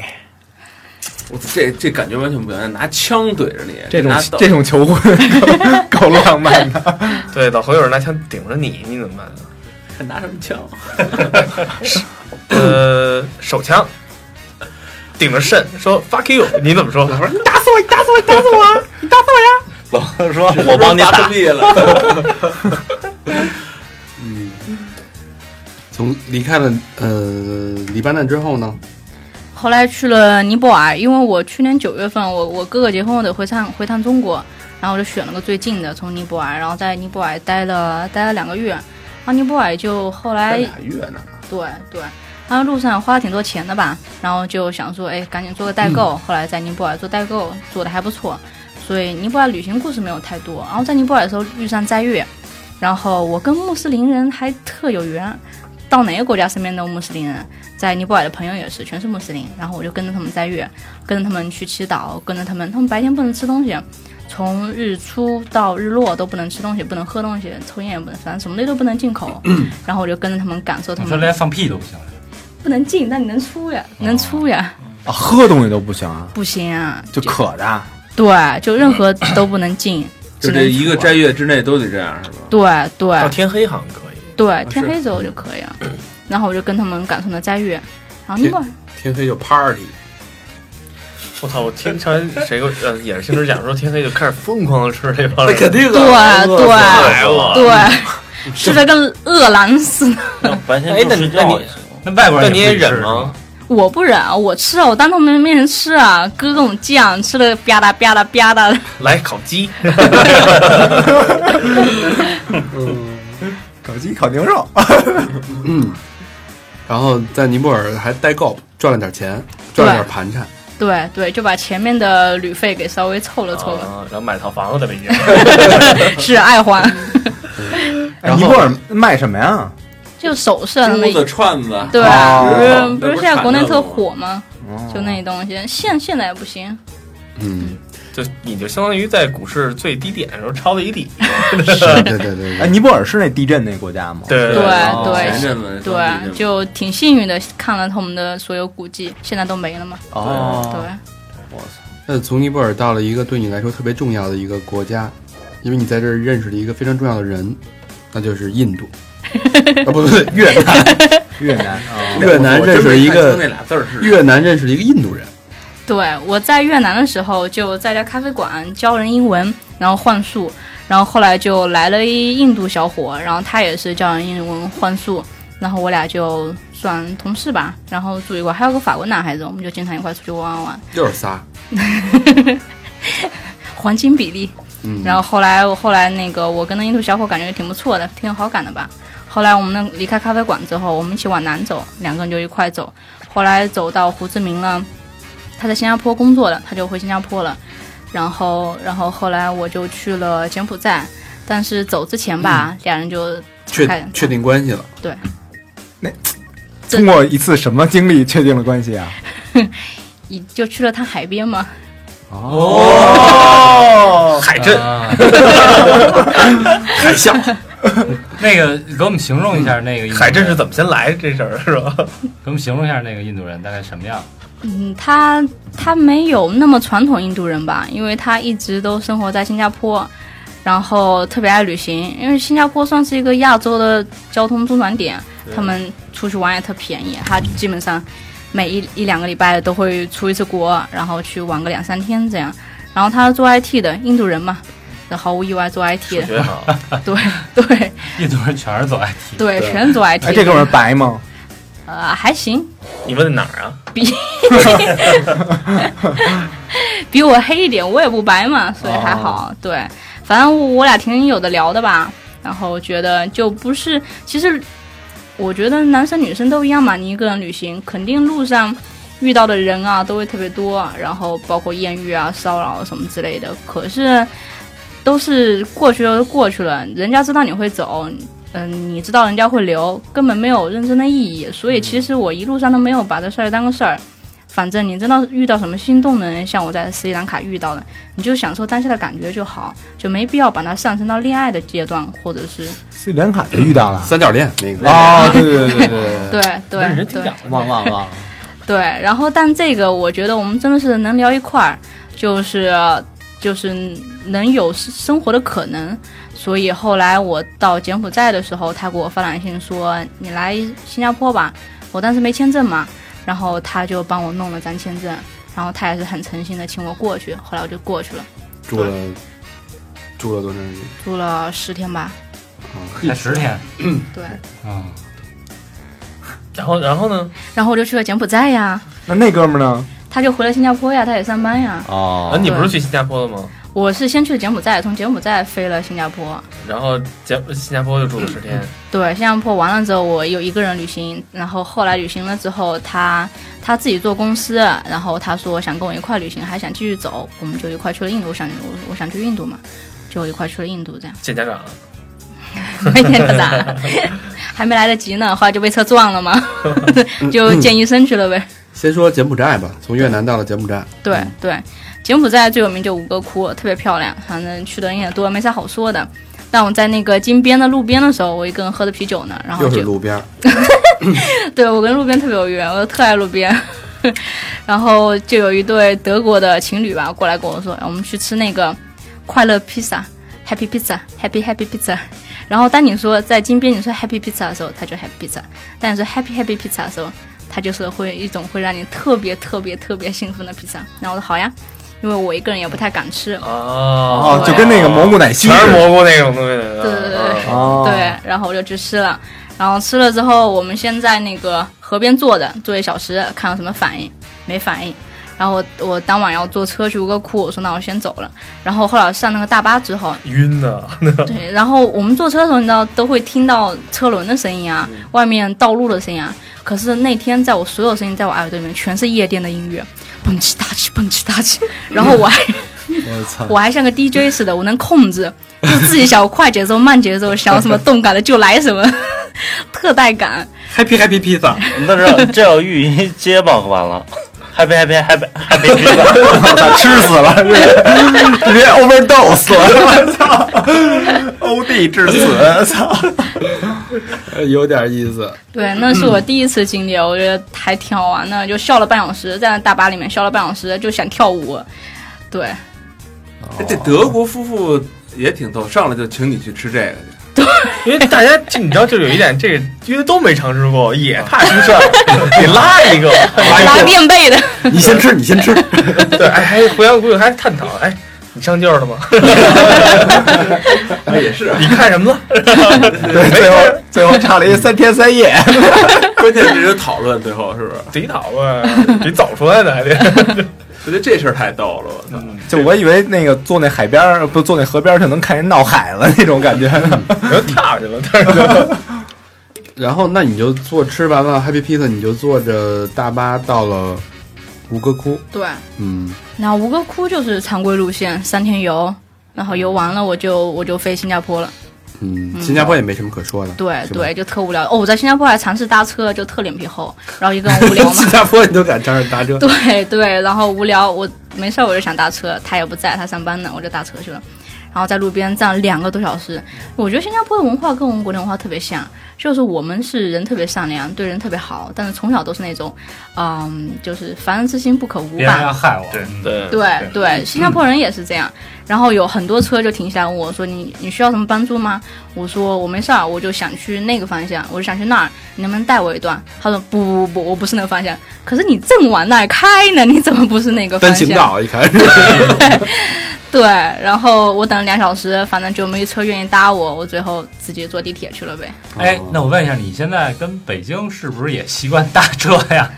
我这这感觉完全不一样，拿枪怼着你，
这种
拿刀
这种求婚 够浪漫的。
对，老何有人拿枪顶着你，你怎么办啊？
拿什么枪？
呃，手枪顶着肾说 fuck you，你怎么说？我说你打死我，你打死我，你打死我，你打死我呀！
我说我帮你打。
毙了，
从离开了呃黎巴嫩之后呢，
后来去了尼泊尔，因为我去年九月份我我哥哥结婚，我得回趟回趟中国，然后我就选了个最近的，从尼泊尔，然后在尼泊尔待了待了两个月，然后尼泊尔就后来
俩月呢。
对对，然后路上花了挺多钱的吧，然后就想说，哎，赶紧做个代购。后来在尼泊尔做代购，做的还不错，所以尼泊尔旅行故事没有太多。然后在尼泊尔的时候遇上斋月，然后我跟穆斯林人还特有缘，到哪个国家身边都有穆斯林人，在尼泊尔的朋友也是，全是穆斯林。然后我就跟着他们斋月，跟着他们去祈祷，跟着他们，他们白天不能吃东西。从日出到日落都不能吃东西，不能喝东西，抽烟也不能，反正什么的都不能进口。然后我就跟着他们感受他
你
们。
说连放屁都不行了，
不能进，但你能出呀，
哦
能出呀，
啊，喝东西都不行啊，
不行啊，
就渴着。
对，就任何都不能进，
就
只
这
能啊
一个斋月之内都得这样，是吧？啊
对对
到天黑好像可以。
对，天黑之后就可以了。然后我就跟他们感受了斋月，然后
天
那会
天黑就 party，
我操！我听常谁给我呃也是新知讲说天黑就开始疯狂的吃这啊帮人，
定
对对
哎我
对，吃的跟饿狼似的。
白天
哎，那
不
你
睡
那
觉
你
也行，
那外国
那
人
你
也
也
不吃
忍？吗？
我不忍，我吃啊，我当他们面前吃啊，搁各种酱，吃的吧嗒吧嗒吧嗒的。
来烤鸡，
搞
烤鸡、烤牛肉，
嗯，然后在尼泊尔还代购赚了点钱，赚了点盘缠，嗯
对对，就把前面的旅费给稍微凑了凑
哦
了，
啊，然后买套房子在北 京，
是爱 花，
哎尼泊尔卖什么呀？
就首饰啊他们
珠子串子
对啊，
哦
不是
那
不
不
是
是
现在
产
国内
的
特
吗
火吗？就那东西，现现在不行，
嗯，
就你就相当于在股市最低点的时候抄了一 底，
对对对。
哎，尼泊尔是那地震那国家吗？
对
对
哦
对是对，就挺幸运的，看了他们的所有古迹，现在都没了嘛。
哦
对，
那从尼泊尔到了一个对你来说特别重要的一个国家，因为你在这儿认识了一个非常重要的人，那就是印度。啊，不不对，越南，
越南，哦
越南认识了一
哎我真没看
个
清那俩字儿是
越南认识了一个印度人，
对我在越南的时候，就在家咖啡馆教人英文，然后换宿，然后后来就来了一印度小伙，然后他也是教人英文换宿，然后我俩就算同事吧，然后住一块儿，还有个法国男孩子，我们就经常一块儿出去玩玩玩，
又是仨。
黄金比例。
嗯，
然后后来我后来那个我跟那印度小伙感觉也挺不错的，挺有好感的吧。后来我们那离开咖啡馆之后，我们一起往南走，两个人就一块走。后来走到胡志明了，他在新加坡工作了，他就回新加坡了。然后然后后来我就去了柬埔寨，但是走之前吧，俩人就
确
开
确定关系了，
对
通过一次什么经历确定了关系啊？
一就去了趟海边嘛。
哦，
海震，
海啸，
那个给我们形容一下那个
海震是怎么先来这事儿是吧？
给我们形容一下那个印度人大概什么样？
嗯，他他没有那么传统印度人吧，因为他一直都生活在新加坡，然后特别爱旅行，因为新加坡算是一个亚洲的交通中转点，
对
他们出去玩也特便宜，他基本上每一一两个礼拜都会出一次国，然后去玩个两三天这样。然后他是做 IT 的印度人嘛，那毫无意外做 IT 的，
好，
对对
印度人全是走 IT，
对，全是做 IT 的。
哎，这哥们儿白吗？
呃还行，
你问哪儿啊？
比我黑一点，我也不白嘛，所以还好。对，反正我我俩挺有的聊的吧。然后觉得就不是，其实我觉得男生女生都一样嘛。你一个人旅行，肯定路上遇到的人啊都会特别多，然后包括艳遇啊、骚扰什么之类的。可是都是过去了就过去了，人家知道你会走。嗯，你知道人家会留，根本没有认真的意义，所以其实我一路上都没有把这事儿当个事儿。反正你真的遇到什么心动的人，像我在斯里兰卡遇到的，你就享受当下的感觉就好，就没必要把它上升到恋爱的阶段，或者是
斯里兰卡就遇到了
三角恋那
嗯啊
个
哦，对对对对
对
对
对对
忘忘忘了，
对。然后，但这个我觉得我们真的是能聊一块儿，就是就是能有生活的可能。所以后来我到柬埔寨的时候，他给我发短信说：“你来新加坡吧。”我当时没签证嘛，然后他就帮我弄了张签证，然后他也是很诚心的请我过去，后来我就过去了，
住了住了多长时间？
住了十天吧。
才十天，
对，
嗯，
然后然后呢？
然后我就去了柬埔寨呀，
那那哥们儿呢？
他就回了新加坡呀，他也上班呀。
哦
啊，你不是去新加坡了吗？
我是先去的柬埔寨，从柬埔寨飞了新加坡。
然后柬新加坡又住了十天，
对，新加坡完了之后，我有一个人旅行，然后后来旅行了之后，他他自己做公司，然后他说想跟我一块旅行，还想继续走，我们就一块去了印度。我想我我想去印度嘛，就一块去了印度，这 样
见家长了。
没见他咋，还没来得及呢，后来就被车撞了嘛， 就见医生去了呗。
先说柬埔寨吧，从越南到了柬埔寨，嗯
对对，柬埔寨最有名就五个窟，特别漂亮，反正去的人也多，没啥好说的。但我在那个金边的路边的时候，我一个人喝的啤酒呢，然后
又是
就
路边儿，
对我跟路边特别有缘，我特爱路边。然后就有一对德国的情侣吧，过来跟我说，哎我们去吃那个快乐披萨，Happy Pizza，Happy Happy Pizza。然后当你说在金边你说 Happy Pizza 的时候，他就 Happy Pizza；当你说 Happy Happy Pizza 的时候，他就是会一种会让你特别特别特别兴奋的披萨。然后我说好呀，因为我一个人也不太敢吃。
哦
哦就跟那个蘑菇奶昔
全是
似的
蘑菇那种东西。啊对
对对对对，
哦
对，然后我就去吃了，然后吃了之后，我们先在那个河边坐着坐一小时，看有什么反应，没反应，然后我我当晚要坐车去吴哥窟，我说那我先走了。然后后来上那个大巴之后，
晕的，
对，然后我们坐车的时候，你知道都会听到车轮的声音啊，
嗯
外面道路的声音啊。可是那天在我所有声音在我耳朵里面全是夜店的音乐，蹦哧哒哧蹦哧哒 哧，然后我还
我操
我还像个 DJ 似的，我能控制，就自己想要快节奏、慢节奏，想要什么动感的就来什么， 特带感。
Happy Happy Pizza，
那这这要遇一结巴可完了，Happy Happy Happy Happy Pizza，
吃死了， 直接 overdose 了，我操，O D 致死，操，呃有点意思。
对，那是我第一次经历，我觉得还挺好玩的，就笑了半小时，在那大巴里面笑了半小时，就想跳舞。对，
哎 这德国夫妇也挺逗，上来就请你去吃这个去。
因为大家就你知道，就有一点这个，因为都没尝试过，也怕出事儿， 得拉一个，
哎
拉垫背的。
你先吃，你先吃。
对，哎，还互相估计还探讨，哎，你上劲儿了吗？
也是，
你看什么了？
对，最后 最后差了一三天三夜，
关键是有讨论，最后是不是？
自己讨论，得早出来的还得。
我觉得这事儿太逗了，我操！
就我以为那个坐那海边儿，不坐那河边儿就能看人闹海了那种感觉。
我就跳下去了，但 是
然后那你就坐吃完了 Happy Pizza，你就坐着大巴到了吴哥窟，
对，
嗯，
那吴哥窟就是常规路线，三天游，然后游完了我就我就飞新加坡了。
嗯，新加坡也没什么可说的。
对
是吧
对，，就特无聊。哦，我在新加坡还尝试搭车，就特脸皮厚，然后一个人无聊嘛
新。加坡你都敢这样搭车？
对对，然后无聊，我没事儿我就想搭车，他也不在，他上班呢，我就搭车去了。然后在路边站两个多小时，我觉得新加坡的文化跟我们国内文化特别像，就是我们是人特别善良，对人特别好，但是从小都是那种，嗯，就是凡人之心不可无
别
吧
人。要害我，对
对
对
嗯
对，新加坡人也是这样。然后有很多车就停下来问我说：“你你需要什么帮助吗？”我说：“我没事儿，我就想去那个方向，我就想去那儿，你能不能带我一段？”他说：“不不不，我不是那个方向。可是你正往那儿开呢，你怎么不是那个方
单行
向
道一 开始，？”
对，然后我等了两小时，反正就没车愿意搭我，我最后自己坐地铁去了呗。
哎，那我问一下，你现在跟北京是不是也习惯搭车呀？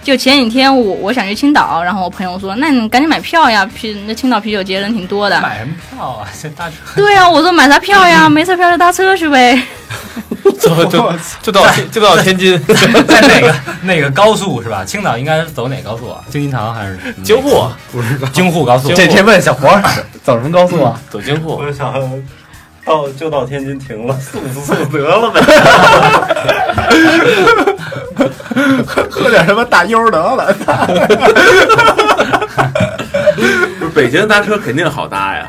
就前几天我我想去青岛，然后我朋友说：“那你赶紧买票呀，啤那青岛啤酒节人挺多的。”
买什么票啊？先搭车。
对呀、我说买啥票呀？没车票就搭车去呗。
就就就到就到天津，
在哪个那个高速是吧？青岛应该是走哪高速啊？京津唐还是
嗯
京沪？
不是京沪高速。
这这问小黄走什么高 速啊？
走京沪
我就想到就到天津停了，速不速得了呗。
喝点什么大悠得了？
不是北京搭车肯定好搭呀，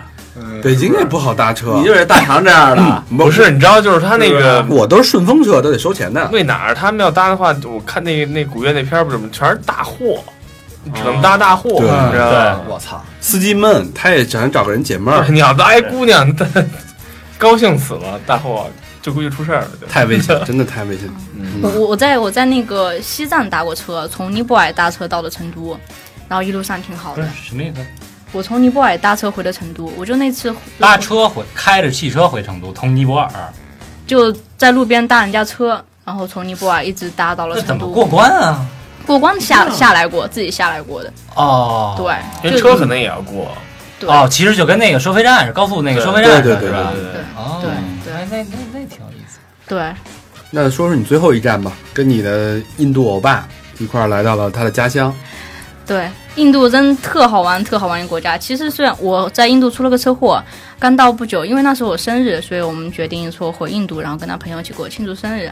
北京也不好搭车。
你就是大肠这样的，
不是，你知道，就是他那
啊
个
我都是顺风车，都得收钱的。
为哪儿他们要搭的话，我看那那古月那片儿不怎么全是大货，
嗯
只能搭大货，
对
你知道吗？
我操！
司机闷，他也想找个人解 闷儿
对，你要搭一姑娘，她 高兴死了，大货就估计出事儿了，就
太危险，了，真的太危险了。
我
嗯，
我我在我在那个西藏搭过车，从尼泊尔搭车到的成都，然后一路上挺好
不是
的。
什么意思？
我从尼泊尔搭车回的成都，我就那次
搭车回开着汽车回成都，从尼泊尔，
就在路边搭人家车，然后从尼泊尔一直搭到了
那怎
成
么
都。
过关啊？
过关下下来过，自己下来过的。
哦，
对，
人
就
车可能也要过，
对
哦，其实就跟那个收费站是高速那个收费站
对
是
对
吧？
对
对
哦，
对
那那那那挺有意思。
对，
那说说你最后一站吧，跟你的印度欧巴一块儿来到了他的家乡。
对，印度真特好玩，特好玩一个国家。其实虽然我在印度出了个车祸，刚到不久，因为那时候我生日，所以我们决定说回印度，然后跟他朋友一起过庆祝生日。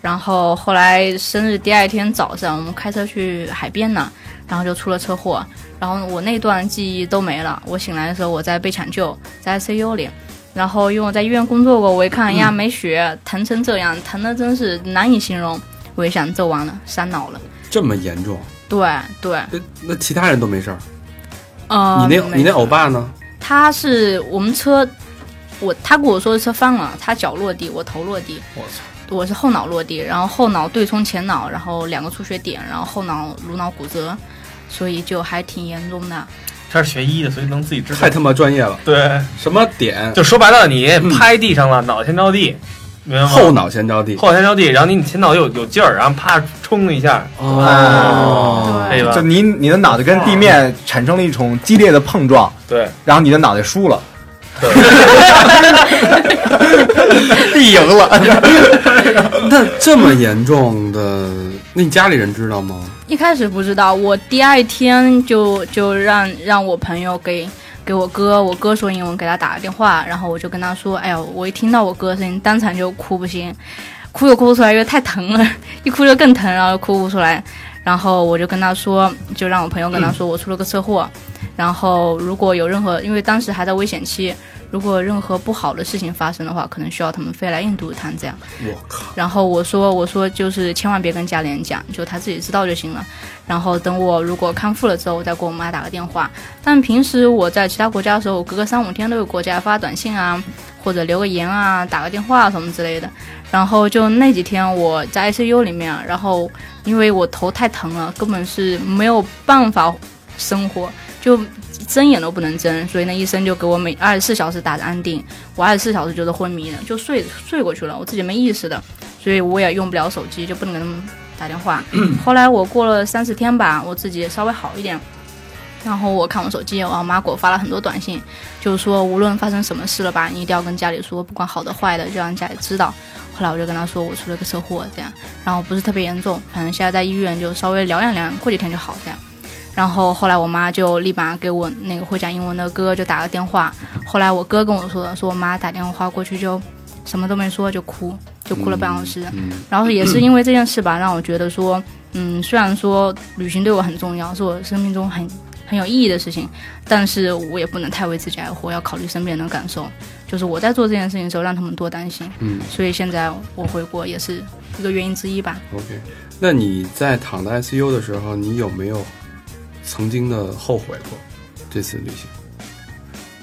然后后来生日第二天早上，我们开车去海边呢，然后就出了车祸。然后我那段记忆都没了。我醒来的时候，我在被抢救，在 ICU 里。然后因为我在医院工作过，我一看哎呀没血，疼成这样，疼的真是难以形容。我一想，这完了，伤脑了。
这么严重，
对对，
那那其他人都没事儿，
呃，
你
没
那你那欧巴呢？
他是我们车，我他跟我说车翻了，他脚落地，我头落地，
我操，
我是后脑落地，然后后脑对冲前脑，然后两个出血点，然后后脑颅脑骨折，所以就还挺严重的。
他是学医的，所以能自己知道
太。他妈专业了！
对，
什么点？
就说白了，你拍地上了，脑先着地，明白吗？
后脑先着地，
嗯后前着地，然后你你前脑有有劲儿，然后啪冲一下，
哦
哎
可以
啊
吧
就？你你的脑袋跟地面产生了一种激烈的碰撞，
对，
然后你的脑袋输了，地赢了。
那这么严重的，那你家里人知道吗？
一开始不知道，我第二天就就让让我朋友给给我哥，我哥说英文给他打个电话，然后我就跟他说，哎呀，我一听到我哥声音，当场就哭不行，哭又哭不出来，因为太疼了， 一哭就更疼，然后哭不出来，然后我就跟他说，就让我朋友跟他说我出了个车祸，然后如果有任何，因为当时还在危险期。如果有任何不好的事情发生的话，可能需要他们飞来印度一趟这样。
我靠！
然后我说我说就是千万别跟家里人讲，就他自己知道就行了。然后等我如果康复了之后，我再给我妈打个电话。但平时我在其他国家的时候，我隔个三五天都有国家发短信啊，或者留个言啊，打个电话什么之类的。然后就那几天我在 ICU 里面，然后因为我头太疼了，根本是没有办法生活，就睁眼都不能睁，所以那医生就给我每二十四小时打着安定，我二十四小时就是昏迷的，就睡睡过去了，我自己没意识的，所以我也用不了手机，就不能给他们打电话。后来我过了三四天吧，我自己稍微好一点，然后我看我手机，我妈给我发了很多短信，就是说无论发生什么事了吧，你一定要跟家里说，不管好的坏的，就让家里知道。后来我就跟她说我出了个车祸，这样，然后不是特别严重，反正现在在医院就稍微疗养疗养，过几天就好这样。然后后来我妈就立马给我那个会讲英文的哥就打个电话，后来我哥跟我说的，说我妈打电话过去就什么都没说就哭，就哭了
嗯
半小时。然后也是因为这件事吧，让我觉得说，嗯，虽然说旅行对我很重要，是我生命中很很有意义的事情，但是我也不能太为自己而活，要考虑身边人的感受。就是我在做这件事情的时候，让他们多担心。
嗯
所以现在我回国也是一个原因之一吧。
，OK。那你在躺在 ICU 的时候，你有没有曾经的后悔过这次旅行？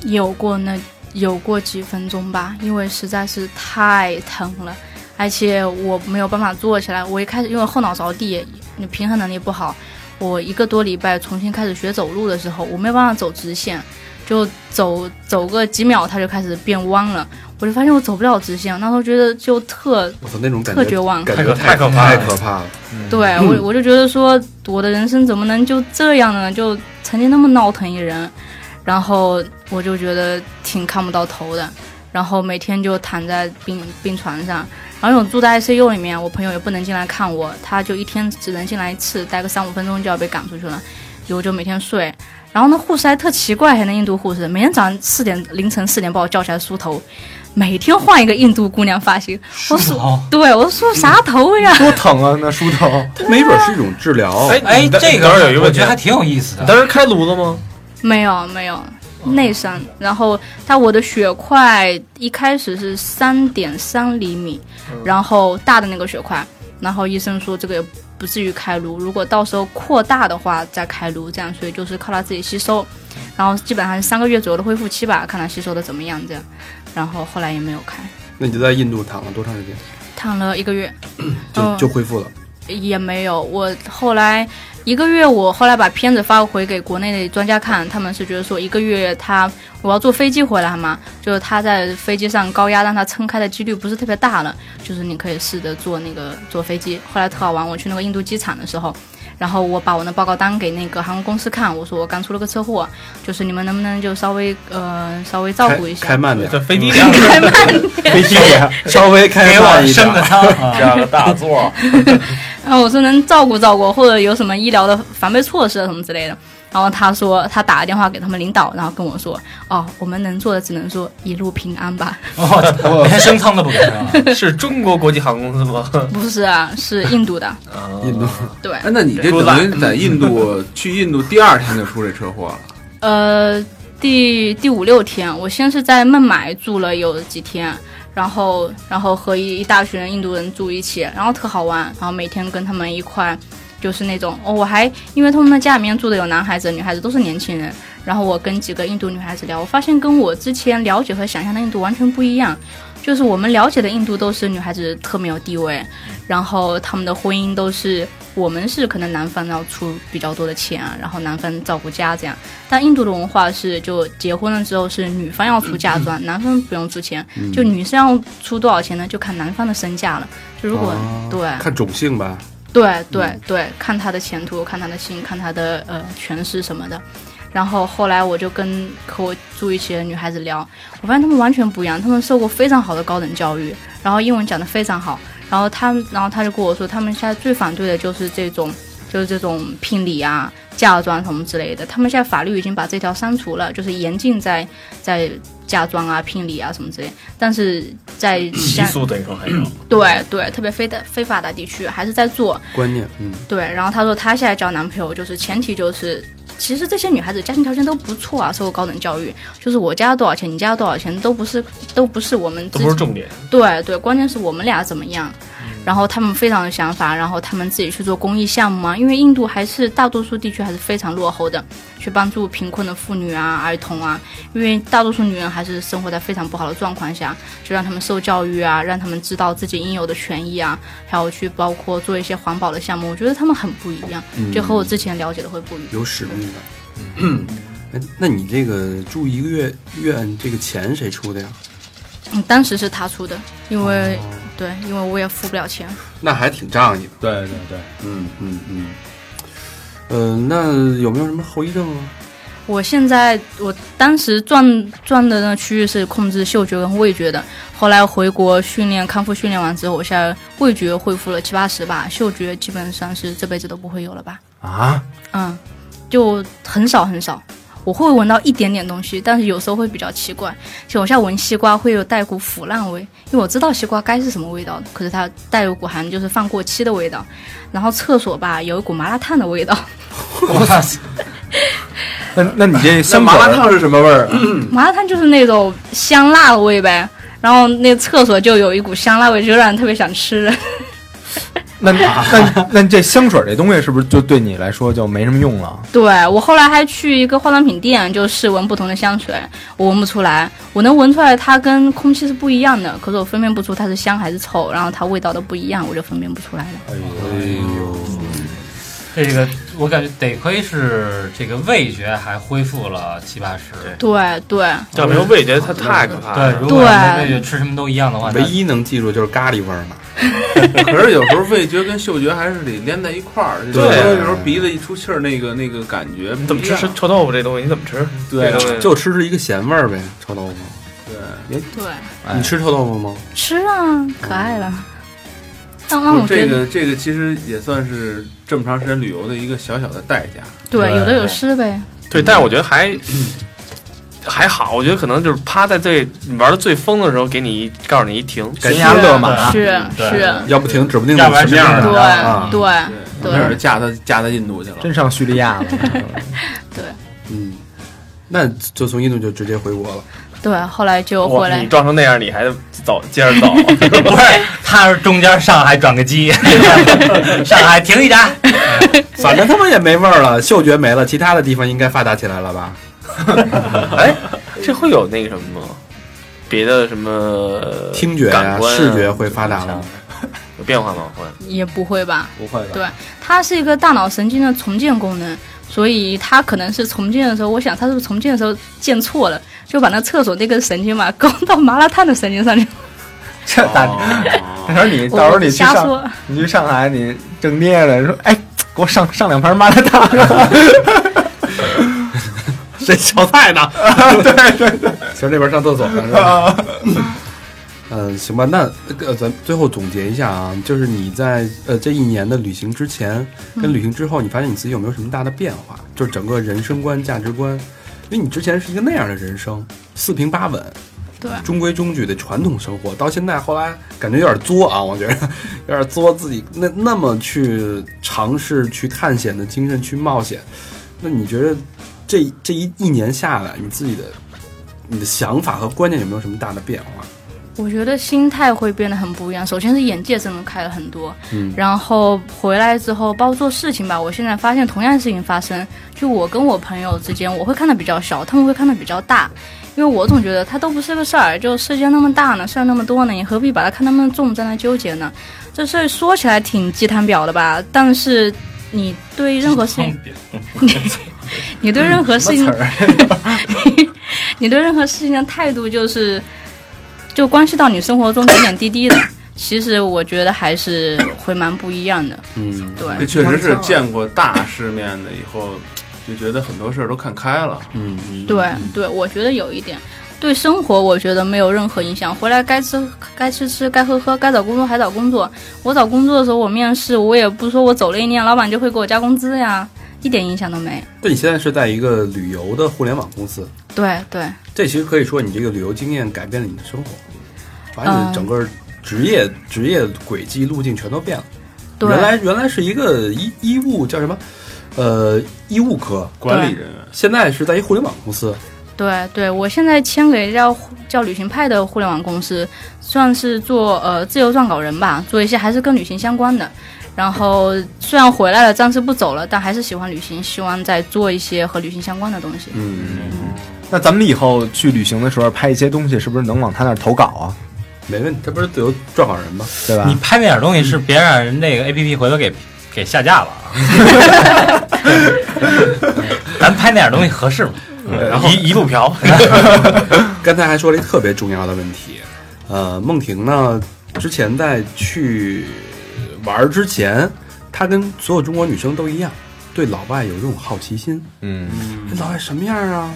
有过那有过几分钟吧，因为实在是太疼了，而且我没有办法坐起来。我一开始因为后脑着地，你平衡能力不好，我一个多礼拜重新开始学走路的时候，我没有办法走直线，就走走个几秒，它就开始变弯了。我就发现我走不了直线，那时候觉得就特
我操，那种感觉
特绝望
感觉
太可
可
怕
太
了
可怕了。
对
嗯
我，我就觉得说，我的人生怎么能就这样呢？就曾经那么闹腾一人，然后我就觉得挺看不到头的，然后每天就躺在病病床上，然后我住在 ICU 里面，我朋友也不能进来看我，他就一天只能进来一次，待个三五分钟就要被赶出去了，我就每天睡。然后那护士还特奇怪，还那印度护士，每天早上四点凌晨四点把我叫起来梳头，每天换一个印度姑娘发型，我梳，对我梳啥头呀？
多疼啊！那梳 头，
没准是一种治疗。啊
哎哎这个
当时有一个问题，
我觉得
还挺有意思的。
当时开颅了吗？
没有没有内伤，然后它我的血块一开始是三点三厘米，然后大的那个血块，然后医生说这个也不至于开颅，如果到时候扩大的话再开颅，这样所以就是靠它自己吸收，然后基本上是三个月左右的恢复期吧，看它吸收的怎么样这样，然后后来也没有开，
那你就在印度躺了多长时间？
躺了一个月，
就
嗯
就恢复了。
也没有，我后来一个月，我后来把片子发回给国内的专家看，他们是觉得说一个月他我要坐飞机回来嘛，就是他在飞机上高压让它撑开的几率不是特别大了，就是你可以试着坐那个坐飞机。后来特好玩，我去那个印度机场的时候。然后我把我那报告单给那个航空公司看，我说我刚出了个车祸，就是你们能不能就稍微呃稍微照顾一下？
开慢点，
这飞机
上开慢点
飞机上稍微开
哎
慢一点，
给我升个舱啊
让大座。
然后我说能照顾照顾，或者有什么医疗的防备措施啊什么之类的。然后他说他打了电话给他们领导，然后跟我说，哦，我们能做的只能说一路平安吧。
哦，连升舱都不给啊！
是中国国际航空公司 吗？
不是啊，是印度的。
印度
对，
哎，那你这等于在印度去印度第二天就出这车祸了，
呃，第第五六天，我先是在孟买住了有几天，然后然后和一一大群人印度人住一起，然后特好玩，然后每天跟他们一块，就是那种哦，我还因为他们的家里面住的有男孩子、女孩子，都是年轻人，然后我跟几个印度女孩子聊，我发现跟我之前了解和想象的印度完全不一样。就是我们了解的印度都是女孩子特没有地位，然后她们的婚姻都是我们是可能南方要出比较多的钱啊，然后南方照顾家这样。但印度的文化是，就结婚了之后是女方要出嫁妆，男方不用出钱。
嗯
就女生要出多少钱呢？就看男方的身价了。就如果、
啊
对
看种姓吧，
对对对，看他的前途，看他的心，看他的呃权势什
嗯
么的。然后后来我就跟和我住一起的女孩子聊，我发现她们完全不一样，她们受过非常好的高等教育，然后英文讲得非常好。然后她们，然后她就跟我说，她们现在最反对的就是这种，就是这种聘礼啊、嫁妆什么之类的。他们现在法律已经把这条删除了，就是严禁在在嫁妆啊、聘礼啊什么之类。但是在
习
像
俗等于说还有，
对对，特别非的非发达地区还是在做。
观念，嗯，
对，然后她说她现在交男朋友，就是前提就是，其实这些女孩子家庭条件都不错啊，受过高等教育，就是我家多少钱，你家多少钱都不是都不是我们
都
自
不是
己
重点。
对对，关键是我们俩怎么样。然后他们非常有想法，然后他们自己去做公益项目啊，因为印度还是大多数地区还是非常落后的，去帮助贫困的妇女啊、儿童啊，因为大多数女人还是生活在非常不好的状况下，就让他们受教育啊，让他们知道自己应有的权益啊，还有去包括做一些环保的项目，我觉得他们很不一样，
嗯
就和我之前了解的会不一样。
有使命感。嗯，哎，那你这个住一个月院，这个钱谁出的呀？
嗯，当时是他出的，因为、对，因为我也付不了钱。
那还挺仗义
对
的。
对对，
嗯嗯嗯。呃，那有没有什么后遗症啊？
我现在我当时转转的那区域是控制嗅觉跟味觉的，后来回国训练康复训练完之后，我现在味觉恢复了七八十吧，嗅觉基本上是这辈子都不会有了吧，
啊，
嗯，就很少很少。我会闻到一点点东西，但是有时候会比较奇怪。像我现在闻西瓜会有带股腐烂味，因为我知道西瓜该是什么味道的，可是它带有股含就是放过期的味道。然后厕所吧有一股麻辣烫的味道，
那那你这三
麻辣烫是什么味
啊
儿？
麻辣烫就是那种香辣的味呗，然后那厕所就有一股香辣味，就让人特别想吃。
那那那这香水这东西是不是就对你来说就没什么用了？
对我后来还去一个化妆品店，就试闻不同的香水，我闻不出来，我能闻出来它跟空气是不一样的，可是我分辨不出它是香还是臭，然后它味道都不一样，我就分辨不出来了。
哎呦，
这个我感觉得亏是这个味觉还恢复了七八十。
对对，
要没有味觉，它太可怕了。
对，如果没味觉吃什么都一样的话，
唯一能记住就是咖喱味儿嘛。
可是有时候味觉跟嗅觉还是得连在一块儿。
对
有时候鼻子一出气儿，那个那个感觉
怎么吃吃臭豆腐这东西？你怎么吃？
对
这东西
就吃是一个咸味儿呗，臭豆腐。对，
对，
你吃臭豆腐吗？
吃啊，可爱了。当然，
不
我
是
觉
这
得
个呃这个其实也算是这么长时间旅游的一个小小的代价。
对，有的有失呗。
对，但是我觉得还还好，我觉得可能就是趴在最你玩的最疯的时候，给你一告诉你一停，
悬崖勒马
是是，
哎要不停，指不定
要不然
什么样儿
是
呢
不是
啊。
啊对
没
对
准嫁到嫁到印度去了。
真上叙利亚 了，
嗯，那就从印度就直接回国了。
对，后来就
哇
回来
你。撞成那样，你还走接着 走？
不是，他是中间上海转个机， 上海停一站，
反正他们也没味儿了，嗅觉没了，其他的地方应该发达起来了吧？
哎，这会有那个什么吗？别的什么
听觉
感
呀、
官啊
视觉会发达了吗。
有变化吗？会。
也不会吧？
不会
对，它是一个大脑神经的重建功能，所以它可能是重建的时候，我想它是不是重建的时候建错了，就把那厕所那根神经嘛勾到麻辣烫的神经上去。
这大，
哦
到时候你到时候你去
瞎
上，
说，
你去上海，你正捏着说，哎，给我上上两盘麻辣烫，
谁小菜呢？行，这边上厕所呢是吧？ 嗯，行吧，那呃，咱最后总结一下啊，就是你在呃这一年的旅行之前跟
嗯
旅行之后，你发现你自己有没有什么大的变化？就是整个人生观、价值观，因为你之前是一个那样的人生，四平八稳，
对
中规中矩的传统生活，到现在后来感觉有点作啊，我觉得有点作自己那那么去尝试、去探险的精神去冒险。那你觉得这这一一年下来，你自己的你的想法和观念有没有什么大的变化？
我觉得心态会变得很不一样。首先是眼界真的开了很多，
嗯
然后回来之后，包括做事情吧，我现在发现同样的事情发生，就我跟我朋友之间，我会看得比较小，他们会看得比较大，因为我总觉得它都不是个事儿，就世界那么大呢，事儿那么多呢，你何必把它看那么重，在那纠结呢？这事儿说起来挺鸡汤婊的吧？但是你对任何事情， 你对任何事情，你对任何事情的态度就是，就关系到你生活中点点滴滴的。其实我觉得还是会蛮不一样的。
嗯，
对
这 确实是见过大世面的以后，就觉得很多事儿都看开了。
嗯，
对对，我觉得有一点，对生活我觉得没有任何影响。回来该吃该吃吃，该喝喝，该找工作还找工作。我找工作的时候，我面试，我也不说我走了一年，老板就会给我加工资呀，一点影响都没。
但你现在是在一个旅游的互联网公司，
对对，
这其实可以说你这个旅游经验改变了你的生活，把你的
嗯
整个职业、职业轨迹路径全都变了。
对
原来原来是一个医医务叫什么？呃，医务科
管理对人
员，现在是在一互联网公司。
对对，我现在签给叫叫旅行派的互联网公司，算是做呃自由撰稿人吧，做一些还是跟旅行相关的。然后虽然回来了，暂时不走了，但还是喜欢旅行，希望再做一些和旅行相关的东西。
嗯，
那咱们以后去旅行的时候拍一些东西，是不是能往他那儿投稿啊？
没问题，这不是自由撰稿人吗？
对吧？
你拍那点东西是别让人那个 A P P 回头给给下架了啊。 咱拍那点东西合适吗？
然后
一一路嫖。
刚才还说了一个特别重要的问题，呃，梦婷呢，之前在去玩儿之前，她跟所有中国女生都一样，对老外有这种好奇心，
嗯，
老外什么样啊？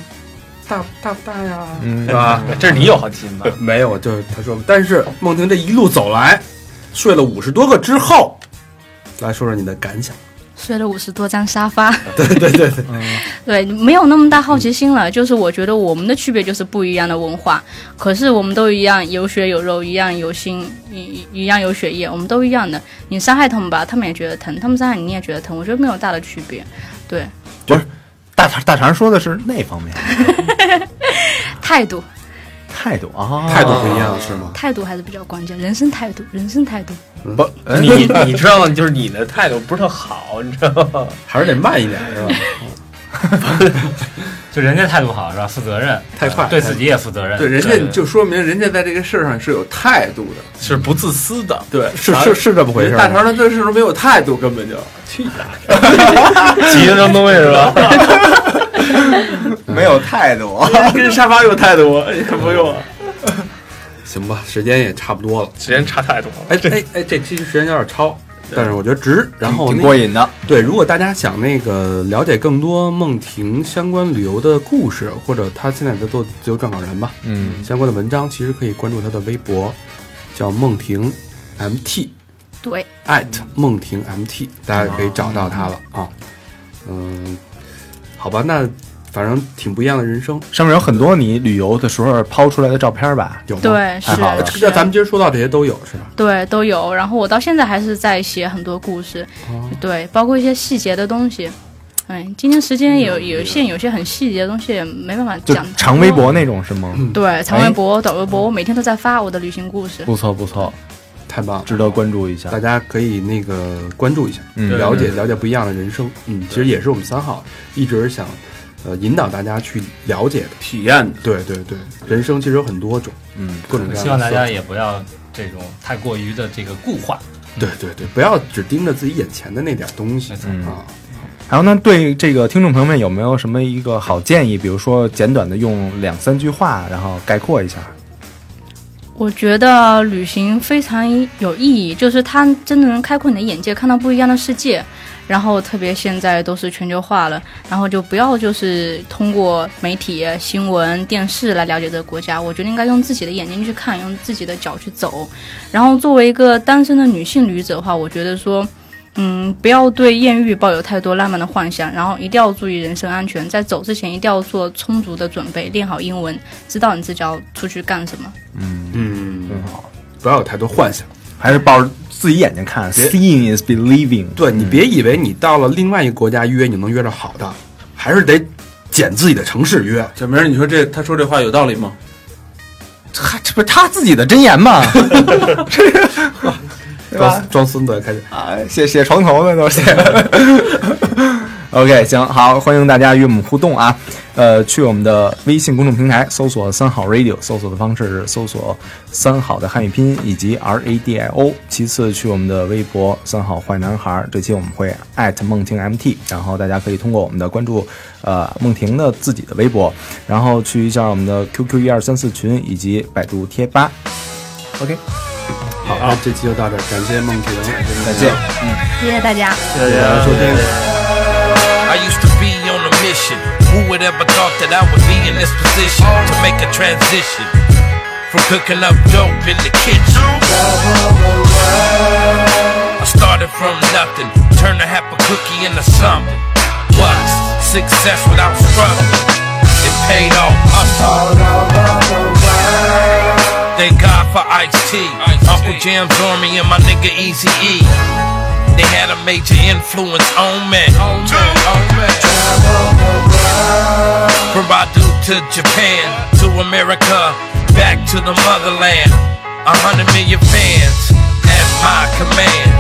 大大不大呀？
嗯
是吧？
这是你有好奇心吧？
没有，就是他说，但是梦婷这一路走来，睡了五十多个之后，来说说你的感想。
睡了五十多张沙发，
对对对对，
对，没有那么大好奇心了。就是我觉得我们的区别就是不一样的文化，可是我们都一样，有血有肉，一样有心，一一样有血液，我们都一样的。你伤害他们吧，他们也觉得疼；他们伤害你，你也觉得疼。我觉得没有大的区别，对，
大肠大肠说的是那方面
态度，
态度啊，
态度不一样是吗？
态度还是比较关键，人生态度，人生态度。
不，
你你知道吗？就是你的态度不是特好，你知道吗？
还是得慢一点，是吧？
就人家态度好是吧？负责任，
太快
对自己也负责任。
对，人家就说明人家在这个事儿上是有态度的，
是不自私的。
对，
是是是这么回事儿
大肠他这事儿没有态度，根本就去
急着扔东西是吧？
嗯没有态度。
跟沙发有态度吗？也不用，
啊行吧，时间也差不多了。
时间差太多了。
哎哎哎，这期时间有点超，但是我觉得值。然后
挺
那
过瘾的。
对，如果大家想那个了解更多梦婷相关旅游的故事，或者她现在在做自由撰稿人吧，
嗯，
相关的文章，其实可以关注她的微博，叫梦婷 MT
对，
at 梦婷 MT，大家可以找到她了啊。嗯，好吧，那反正挺不一样的人生。
上面有很多你旅游的时候抛出来的照片吧？
有吗
对
太好了
是。
那咱们今儿说到这些都有是吧？
对，都有。然后我到现在还是在写很多故事，
哦
对，包括一些细节的东西。哎，今天时间有有限，有些很细节的东西也没办法
嗯就
讲。
长微博哎那种是吗？
嗯
对，长微博、短微博，我每天都在发我的旅行故事。
不错不错，
太棒了，
值得关注一下。
大家可以那个关注一下，
嗯
了解
对
了解不一样的人生。嗯，其实也是我们三号一直想呃引导大家去了解的、
体验的。
对对对，人生其实有很多种，
嗯，
各种各样的。
希望大家也不要这种太过于的这个固化。
对对对，不要只盯着自己眼前的那点东西
嗯
啊。
然后呢，对这个听众朋友们有没有什么一个好建议？比如说简短的用两三句话，然后概括一下。
我觉得旅行非常有意义，就是它真的能开阔你的眼界，看到不一样的世界。然后特别现在都是全球化了，然后就不要就是通过媒体、新闻、电视来了解这个国家。我觉得应该用自己的眼睛去看，用自己的脚去走。然后作为一个单身的女性旅者的话，我觉得说，嗯，不要对艳遇抱有太多浪漫的幻想，然后一定要注意人身安全，在走之前一定要做充足的准备，练好英文，知道你自己要出去干什么。
嗯，不要有太多幻想。
还是抱着自己眼睛看
别
，seeing is believing。
对你别以为你到了另外一个国家约，你能约着好的，还是得捡自己的城市约。
小明，你说这他说这话有道理吗？
他这不是他自己的箴言吗？对吧
装装孙子开始，
哎啊，写写床头的都写。 OK，行，好，欢迎大家与我们互动啊。呃，去我们的微信公众平台搜索“三好 radio”，搜索的方式是搜索“三好”的汉语拼音以及 R A D I O。其次去我们的微博“三好坏男孩”，这期我们会艾特梦婷 MT，然后大家可以通过我们的关注呃梦婷的自己的微博，然后去一下我们的 QQ 一二三四群以及百度贴吧。OK，
好，那这期就到这儿，感谢梦婷，
再见，
谢谢大家，
谢谢大家收听。
I used to be on a mission. Who would ever thought that I would be in this position to make a transition from cooking up dope in the kitchen? I started from nothing, turned a half a cookie into something. What's success without struggle? It paid off. Hustle. Thank God for Ice T, Uncle Jam's Army, and my nigga Easy E. They had a major influence on me. From Badu to Japan to America, back to the motherland. A hundred million fans at my command.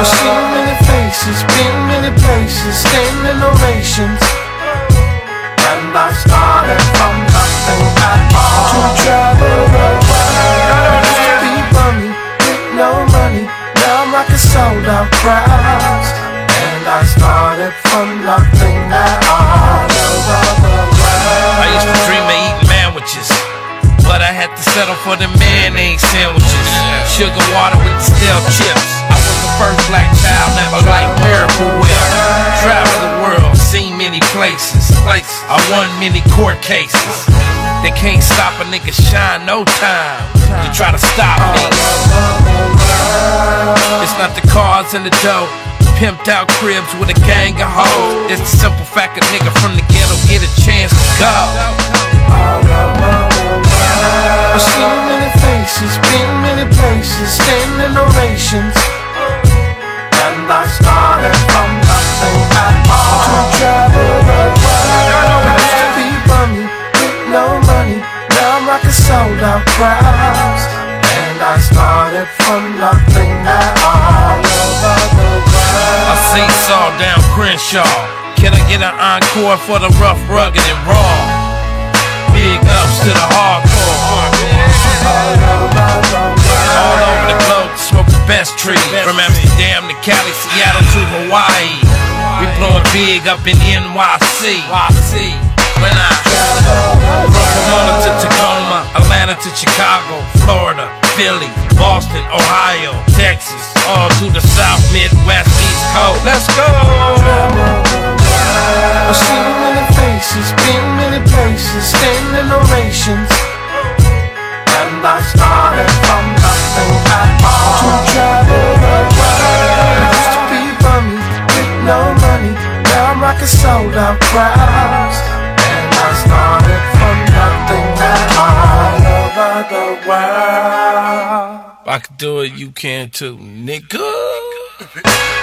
I've seen many faces, been many places, standing orations. And I started from nothing at all. To travel the world. I used to be bummy, with no money. Now I'm rocking sold out crowds. And I started from nothing at all.
I used to dream of eating sandwiches, but I had to settle for the mayonnaise sandwiches. Sugar water with the stale chips. I was the first black child, never like miracle whip. Traveled the world, seen many places. I won many court cases. They can't stop a nigga shine no time to try to stop me. It's not the cars and the dough. Pimped out cribs with a gang of hoes. It's the simple fact a nigga from the ghetto get a chance to go.
I've seen many faces, been many places, standing orations. And I started from nothing at all. To travel the world. I used to be bummy, with no money. Now I'm rocking sold out crowds. And I started from nothing at all. Over the world.
I seesaw down Crenshaw. Can I get an encore for the rough, rugged, and raw? Big ups to the hardcore. All over the globe, smoke the best trees. From Amsterdam to Cali, Seattle to Hawaii. We blowing big up in NYC. When I from Pomona to Tacoma, Atlanta to Chicago, Florida, Philly, Boston, Ohio, Texas, all through the South, Midwest, East Coast. Let's go.
I've seen many faces, been many places, standing orations. And I started from nothing at all. To travel the world. I used to be bummy, with no money. Now I'm rocking sold out crowds. And I started from nothing at all. Over the world.
If I could do it, you can too, nigga.